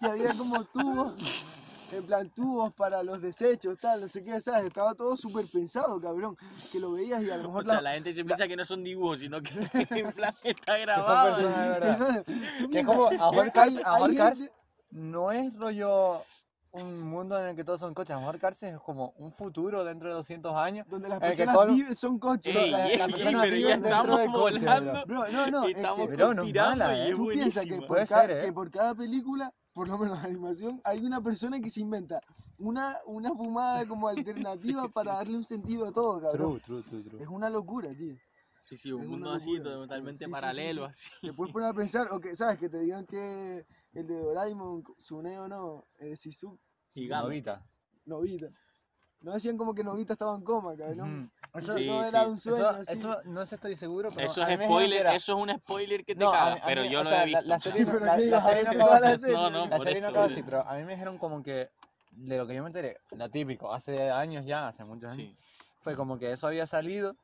A: Y había como tubos, en plan tubos para los desechos, tal, no sé qué, ¿sabes? Estaba todo súper pensado, cabrón, que lo veías y a lo
D: O
A: mejor
D: sea,
A: la-
D: la gente se piensa que no son dibujos, sino
B: <laughs>
D: que <laughs> en plan está
B: personas-
D: grabado.
B: persona, de
A: <laughs> Sí,
B: verdad.
A: hermano, tú
B: Que
A: piensas,
B: es como
A: eh,
B: ahorcar,
A: hay- hay
B: ahorcar
A: gente-
B: no es rollo un mundo en el que todos son coches. Ahorcarse es como un futuro dentro de 200 años.
A: donde las
B: en el que
A: personas
B: todo-
A: viven son coches.
D: Eh, Ey,
A: la-
B: las
D: ey,
A: las
D: ey,
A: personas
D: pero ya
A: viven dentro
D: estamos
B: del coche,
D: volando.
A: Bro, no, no,
D: y
A: es que-
D: estamos
B: Pero no es
D: conspirando
B: mala,
D: y
B: ¿eh?
D: es
A: Tú piensas que
D: buenísima.
A: por,
B: Puede
A: cada,
B: ser, ¿eh?
A: que por cada película, por lo menos animación, hay una persona que se inventa una, una fumada como alternativa
D: <laughs> Sí, sí,
A: para
D: sí,
A: darle un sentido a todo, cabrón.
B: True, true, true, true.
A: Es una locura, tío.
D: Sí, sí, un
A: Es una
D: mundo así,
A: locura, sí,
D: totalmente
A: sí, sí, sí,
D: paralelo,
A: Te
D: así.
A: puedes poner a pensar, o que, ¿sabes? Que te digan que el de Doraemon, Tsuneo no, eh, Shizu-
D: Gigante.
B: Novita.
A: Novita. No decían como que Novita estaba en coma, cabrón.
B: Ujú.
A: Eso
D: Sí,
A: no era
D: sí.
A: un sueño,
B: Eso,
A: así.
B: eso no sé, estoy seguro, pero
D: Eso
B: a mí
D: es
B: me dijeron que
D: spoiler,
B: era-
D: eso es un spoiler que te
B: No, a
D: caga,
B: mí- a
D: pero
B: mí-
D: yo
B: o
D: lo
B: sea,
D: he
B: la-
D: visto.
B: la serie-
A: <laughs> Pero
B: la-
A: qué
B: la
A: iba,
B: serie no
A: que
B: acaba
A: toda la
B: así.
A: serie,
D: No,
B: <laughs>
D: no,
B: La
A: <laughs>
D: por
B: serie no
D: eso,
B: acaba
D: por
B: así,
D: eso.
B: pero a mí me dijeron como que, de lo que yo me enteré, lo típico, hace años ya, hace muchos años,
D: Sí.
B: fue como que eso había salido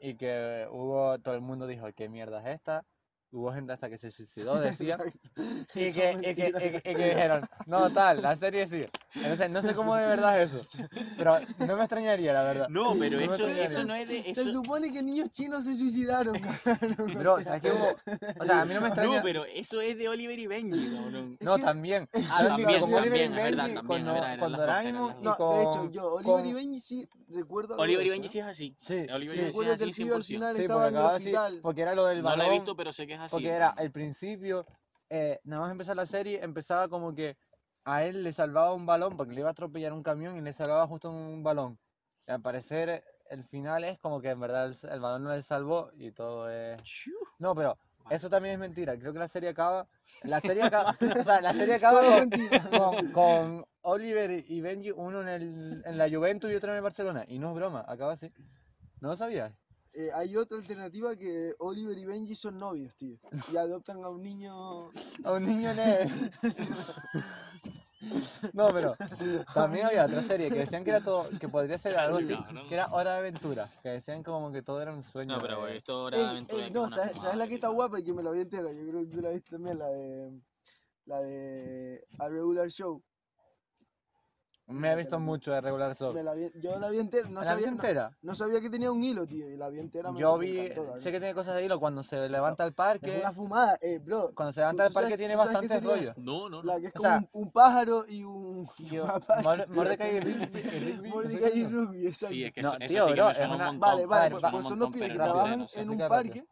B: y que hubo, todo el mundo dijo, ¿qué mierda es esta? Hubo gente hasta que se suicidó, decía,
A: Exacto.
B: y
A: Eso
B: que,
A: es
B: y, que,
A: mentira.
B: y que- y que dijeron, no, tal, la serie sí. Entonces, no sé cómo de verdad es eso, pero no me extrañaría, la
D: <laughs>
B: verdad.
D: No,
B: No
D: pero
B: me
D: eso,
B: extrañaría.
D: eso no es de.
A: Se
D: Eso,
A: supone que niños chinos se suicidaron,
B: <laughs>
A: <laughs> cabrón. o
B: Bro,
A: sea.
B: ¿sabes qué hubo? O sea, a mí no me
D: no,
B: extraña...
D: pero eso es de Oliver y Benji, cabrón.
B: No,
A: que-
B: también.
D: Ah,
B: Yo-
D: también,
B: como Oliver
D: también,
B: y
D: es verdad,
B: Benji,
D: también,
B: con
D: es verdad, eran
B: con
D: las dos, eran
B: Doraemon
D: las
B: y
A: No, de hecho,
B: con-
A: yo, Oliver y
B: con-
A: Benji sí recuerdo algo
D: Oliver y
A: de eso, ¿eh?
D: Benji sí es así.
B: Sí,
D: Oliver y
B: sí,
D: Benji
A: Recuerdo
D: es
A: que el
D: así
A: pibe al
D: 100%.
A: final
B: sí,
A: estaba
B: porque
A: en el
B: acaba así,
A: hospital.
B: porque era lo del
D: No
B: balón,
D: lo he visto, pero sé que es así.
B: porque era el principio, eh, nada más empezar la serie, empezaba como que a él le salvaba un balón, porque le iba a atropellar un camión y le salvaba justo un balón. Y al parecer eh, el final es como que en verdad el, el balón no le salvó y todo es...
D: Chu.
B: No, pero
D: Vale.
B: eso también es mentira, creo que la serie acaba... La serie acaba, o sea, la serie acaba
A: Todo
B: con-
A: mentira.
B: con, con Oliver y Benji, uno en, el, en la Juventus y otro en el Barcelona. Y no es broma, acaba así. ¿No lo sabías?
A: <laughs> Eh, hay otra alternativa que Oliver y Benji son novios, tío. Y adoptan a un niño.
B: A un niño nerd. <laughs> No, pero también había otra serie que decían que era todo, que podría ser
D: Claro,
B: algo así,
D: cabrón.
B: que era Hora de Aventura, que decían como que todo era un sueño. eh.
D: No, pero
B: de-
D: esto
A: Ey,
D: era aventura.
A: ey,
D: que
A: no,
D: una
A: ¿sabes, sabes la
D: madre,
A: que está
D: ¿no?
A: guapa y que me la vi entera? Yo creo que tú la viste también, la de. La de. A Regular Show.
B: Me he visto mucho de regular
A: Me
B: Soul.
A: la vi- yo la vi entera. No
B: ¿La viste
A: sabía, no,
B: entera?
A: no sabía que tenía un hilo, tío. Y la vi entera. me-
B: Yo
A: me
B: vi,
A: encantó, cabrón.
B: sé que tiene cosas de hilo cuando se levanta al parque,
A: Es una fumada, eh, bro.
B: cuando se
A: ¿Tú-
B: levanta al
A: tú
B: parque
A: sabes-
B: tiene
A: tú sabes qué
B: bastantes
A: sería?
B: rollos.
D: No, no, no.
A: La que es
B: O
A: como
B: sea,
A: un, un pájaro y un. y un mapache.
B: Morde- Mordecai
A: <laughs>
B: y Rigby- y Rigby, ¿no sé
A: Mordecai
B: qué
A: y
B: son?
A: Rigby, exacto.
D: Sí, es que
B: No,
D: eso, eso
B: tío,
D: sí que
B: bro,
D: me
B: es
D: suena
B: una-
D: un montón.
A: Vale, vale,
B: ver,
A: pues,
D: me suena
A: pues
D: un
A: son dos
D: montón,
A: pibes que
D: pero no sé,
A: trabajan
D: no sé.
A: en un
B: Explica
A: parque.
B: rápido.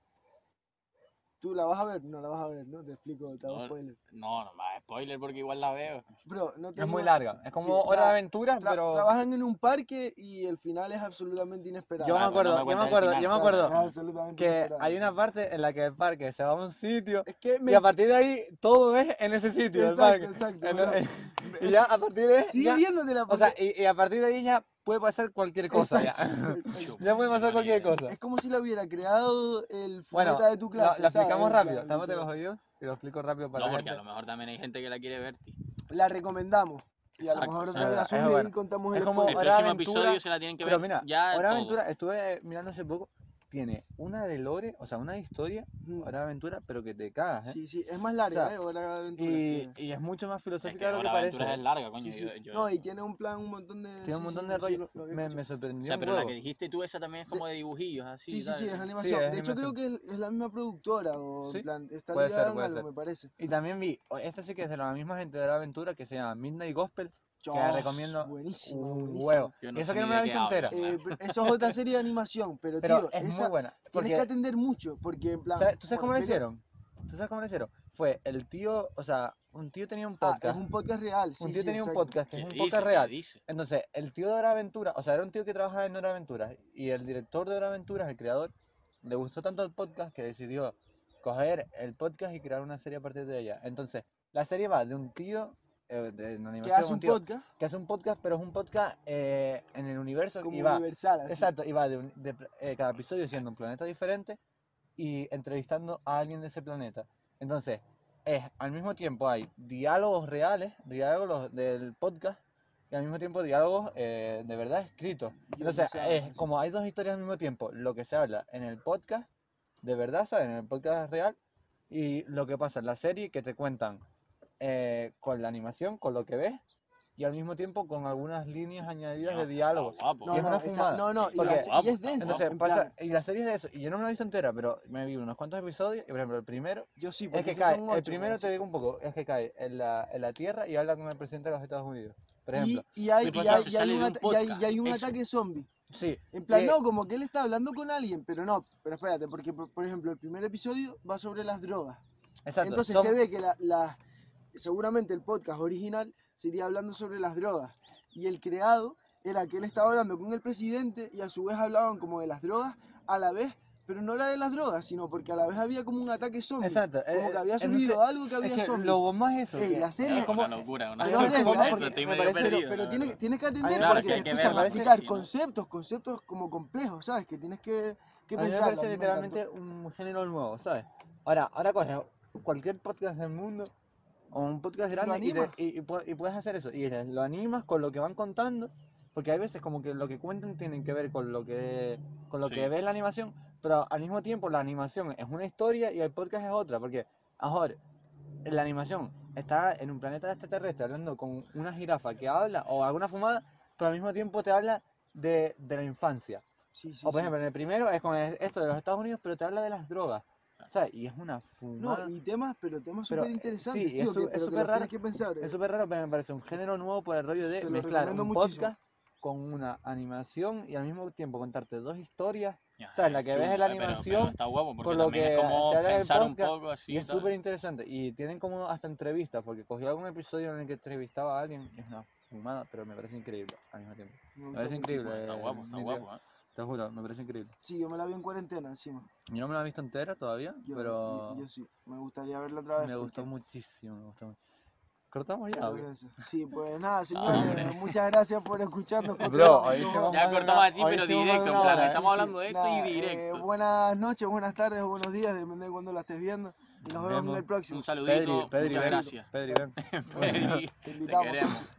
A: ¿Tú la vas a ver? No la vas a ver, ¿no? Te explico, te hago
D: No.
A: spoiler.
D: No, no, más spoiler porque igual la veo.
A: Bro, no te
B: Es muy
A: digo-
B: larga, es como
A: Sí,
B: Hora de
A: tra-
B: Aventura,
A: tra-
B: pero...
A: Trabajan en un parque y el final es absolutamente inesperado.
B: Yo me
D: Claro, no
B: acuerdo,
D: me
B: yo me
D: cuentes el
B: acuerdo,
D: final,
B: yo me
A: O sea,
B: acuerdo.
A: es absolutamente
B: que
A: inesperado.
B: hay una parte en la que el parque se va a un sitio
A: Es que me...
B: y a partir de ahí todo es en ese sitio del
A: Exacto,
B: parque.
A: exacto,
B: En-
A: bro.
B: en- <laughs> y ya a partir de ahí
A: Sigue
B: ya-
A: viéndotela,
B: o sea,
A: porque-
B: y, y a partir de ahí ya puede pasar cualquier cosa ya.
A: Exacto, exacto.
B: <laughs> Ya puede pasar cualquier
D: Vale.
B: cosa.
A: Es como si la hubiera creado el
B: Bueno,
A: fumeta de tu
B: lo-
A: clase.
B: lo
A: ¿sabes?
B: explicamos
A: En plan,
B: rápido. Tápate
A: literal.
B: los oídos y lo explico rápido para
D: No,
B: la
D: porque a
B: gente.
D: lo mejor también hay gente que la quiere ver, tío.
A: <laughs> La recomendamos. Y a lo
D: Exacto,
A: mejor
D: exacto.
A: otra vez la
B: Es
A: surge
B: bueno.
A: y contamos
B: Es
A: el
B: como
A: spoiler.
D: El
B: Hora de
D: próximo
B: Aventura-
D: episodio se la tienen que ver.
B: Pero mira,
D: ya
B: Hora de
D: todo.
B: Aventura, estuve mirando hace poco, tiene una de lore, o sea, una historia,
A: Mm.
B: Hora de Aventura, pero que te cagas, ¿eh?
A: Sí, sí, es más larga,
B: O sea,
A: ¿eh? Hora de aventura.
B: y,
A: tío.
B: y es mucho más
D: Es
B: filosófica
D: que
B: de lo que
D: Hora de
B: parece.
D: Aventura es
B: ¿eh?
D: larga, coño.
A: Sí, sí.
D: yo- yo-
A: No, y tiene un plan, un montón de.
B: Tiene un
A: sí, sí,
B: montón
A: lo-
B: de
A: sí,
B: rollos.
A: lo- lo había
B: me,
A: escuchado.
B: me
D: O
B: sorprendió
D: sea,
B: un
D: pero la
B: huevo.
D: que dijiste tú, esa también es como de dibujillos, así.
A: Sí, sí,
D: ¿sabes?
A: sí, es animación.
B: es
A: de hecho, creo
B: animación.
A: que es, es la misma productora o
B: Sí,
A: en plan, está
B: puede
A: ligada
B: ser,
A: en
B: puede
A: algo,
B: ser.
A: me parece.
B: Y también vi, o- esta sí que es de la misma gente de la aventura, que se llama Midnight Gospel. la
A: Chos,
B: recomiendo
A: Buenísima,
B: Un
A: buenísima.
B: huevo.
D: Yo no
B: y eso
D: sé
B: que no
D: ni
B: me
D: de
B: la he
D: qué
B: visto
D: hablan.
B: entera.
A: Eh, pero eso es otra serie de animación, pero,
B: Pero
A: tío,
B: es
A: esa
B: muy buena.
A: tienes que
B: Porque,
A: atender mucho, porque en plan.
B: ¿sabes- ¿tú
A: bueno,
B: sabes cómo lo
A: mira,
B: hicieron? ¿Tú sabes cómo lo hicieron? Fue el tío, o sea, un tío tenía un
A: ah,
B: podcast.
A: es
B: un,
A: un podcast real, sí.
B: tío
A: sí,
B: tenía un
A: exacto.
B: podcast, que
D: ¿Qué
B: es un
D: dice?
B: podcast
D: ¿Qué
B: real.
D: dice?
B: Entonces, el tío de Hora de Aventura, o sea, era un tío que trabajaba en Hora de Aventura. Y el director de Hora de Aventura, el creador, le gustó tanto el podcast que decidió coger el podcast y crear una serie a partir de ella. Entonces, la serie va de un tío eh, de- en
A: que
B: Universidad de
A: hace un
B: Montijo,
A: podcast
B: que hace un podcast, pero es un podcast eh, en el universo
A: como
B: y va,
A: universal. Así.
B: exacto, y va de, un- de pla- eh, cada episodio siendo un planeta diferente y entrevistando a alguien de ese planeta. Entonces, es, al mismo tiempo hay diálogos reales, diálogos del podcast, y al mismo tiempo diálogos eh, de verdad escritos. Entonces,
A: sé,
B: es
A: no sé.
B: como hay dos historias al mismo tiempo, lo que se habla en el podcast, de verdad, ¿sabes? En el podcast real, y lo que pasa en la serie que te cuentan eh, con la animación, con lo que ves, y al mismo tiempo con algunas líneas añadidas de diálogo.
D: Guapo.
A: No,
B: y es
A: no,
B: una
A: esa-
B: fumada,
A: no, no, y,
B: porque-
A: la se- y es denso.
B: Entonces,
A: en
B: pasa,
A: plan,
B: y la serie es de eso, y yo no me la he visto entera, pero me vi unos cuantos episodios, y por ejemplo, el primero,
A: yo sí,
B: es
A: porque
B: que
A: son
B: cae, el
A: ocho,
B: primero
A: pues,
B: te digo un poco, es que cae en la, en la tierra y habla con el presidente de los Estados Unidos, por ejemplo.
A: Y, y hay,
D: Sí,
A: y
D: pasa,
A: hay-
D: se
A: y hay
D: sale
A: un,
D: de un
A: ata- y hay-
D: podcast,
A: y hay un
D: eso.
A: ataque zombie.
B: Sí,
A: En plan,
B: eh,
A: no, como que él está hablando con alguien, pero no, pero espérate, porque por, por ejemplo el primer episodio va sobre las drogas.
B: exacto,
A: Entonces
B: son-
A: se ve que la, la- seguramente el podcast original sería hablando sobre las drogas. Y el creado era que él estaba hablando con el presidente y a su vez hablaban como de las drogas a la vez, pero no era de las drogas, sino porque a la vez había como un ataque zombie.
B: Exacto,
A: Como
B: eh,
A: que había
B: entonces,
A: surgido algo que
B: es
A: había
B: que
A: zombie.
B: lo más eso,
A: Ey,
B: que-
A: la serie-
D: Es
A: como-
D: una locura, una
B: Ay,
A: no,
D: locura.
A: es densa,
D: Eso,
A: ¿eh?
D: estoy
B: Me
D: medio
B: parece lo-
D: perdido, la
A: Pero tienes,
D: verdad.
A: tienes que
B: A mí
A: atender
B: me
A: porque te
B: parece que
A: empiezan
B: verla,
A: a
B: sí,
A: explicar
D: ¿no?
A: conceptos, conceptos como complejos, ¿sabes? Que tienes que, que
B: A mí me
A: pensar.
B: parece literalmente un género nuevo, ¿sabes? Ahora, ahora coges cualquier podcast del mundo o un podcast grande y, te-
A: animas.
B: y- y pu- y puedes hacer eso. Y lo animas con lo que van contando, porque hay veces como que lo que cuentan tienen que ver con lo que con lo que
D: Sí.
B: ves la animación, pero al mismo tiempo la animación es una historia y el podcast es otra, porque ahora la animación está en un planeta extraterrestre hablando con una jirafa que habla o alguna fumada, pero al mismo tiempo te habla de, de la infancia.
A: Sí, sí,
B: O por
A: sí.
B: ejemplo, en el primero es con el- esto de los Estados Unidos, pero te habla de las drogas.
D: Claro.
B: ¿Sabes? Y es una fumada.
A: No, y temas, pero temas
B: Pero,
A: súper interesantes,
B: eh, sí,
A: tío,
B: es
A: que,
B: su- es
A: pero que
B: súper
A: los
B: raro.
A: tienes que pensar. eh.
B: Es súper raro, pero me parece un género nuevo por el rollo de
A: Te lo
B: mezclar un
A: recomiendo muchísimo.
B: podcast con una animación y al mismo tiempo contarte dos historias.
D: Ya,
B: ¿sabes? La que
D: chungo,
B: ves en la
D: eh, pero- pero
B: animación,
D: está guapo porque
B: con lo
D: también es
B: que
D: como
B: se habla en el
D: pensar un
B: podcast,
D: poco así.
B: y es
D: tal.
B: súper interesante. Y tienen como hasta entrevistas, porque cogió algún episodio en el que entrevistaba a alguien. y Es una fumada, pero me parece increíble al mismo tiempo.
A: Me
B: Me
A: gusta
B: parece
A: mucho.
B: increíble.
D: Está
B: eh,
D: guapo, está
B: ni idea.
D: guapo. ¿eh?
B: Te juro, me parece increíble.
A: Sí, yo me la vi en cuarentena encima.
B: Yo no me la he visto entera todavía,
A: Yo,
B: pero...
A: yo, yo sí, me gustaría verla otra vez.
B: Me gustó
A: porque-
B: muchísimo, me gustó mucho. Cortamos ya.
A: pero
B: güey?
A: eso. Sí, pues nada, señores, muchas gracias por escucharnos.
B: Ah, Bro,
A: Cuatro
B: hoy
A: amigos.
B: hicimos-
D: Ya
B: Más de
D: cortamos
B: una-
D: así,
B: hoy
D: pero
B: hicimos más
D: directo.
B: de
D: En
B: una
D: plan,
B: hora, ¿eh?
D: estamos
A: Sí, sí.
D: hablando de esto
A: Nada,
D: y
A: eh,
D: directo.
A: buenas noches, buenas tardes o buenos días, depende de cuándo la estés viendo. Y nos vemos en
B: Vemos.
A: el próximo.
D: Un saludito.
B: Pedri,
D: Muchas
B: ven.
D: gracias.
B: Pedri, ven.
D: Pedri,
A: Te
D: te
A: invitamos.
D: queremos.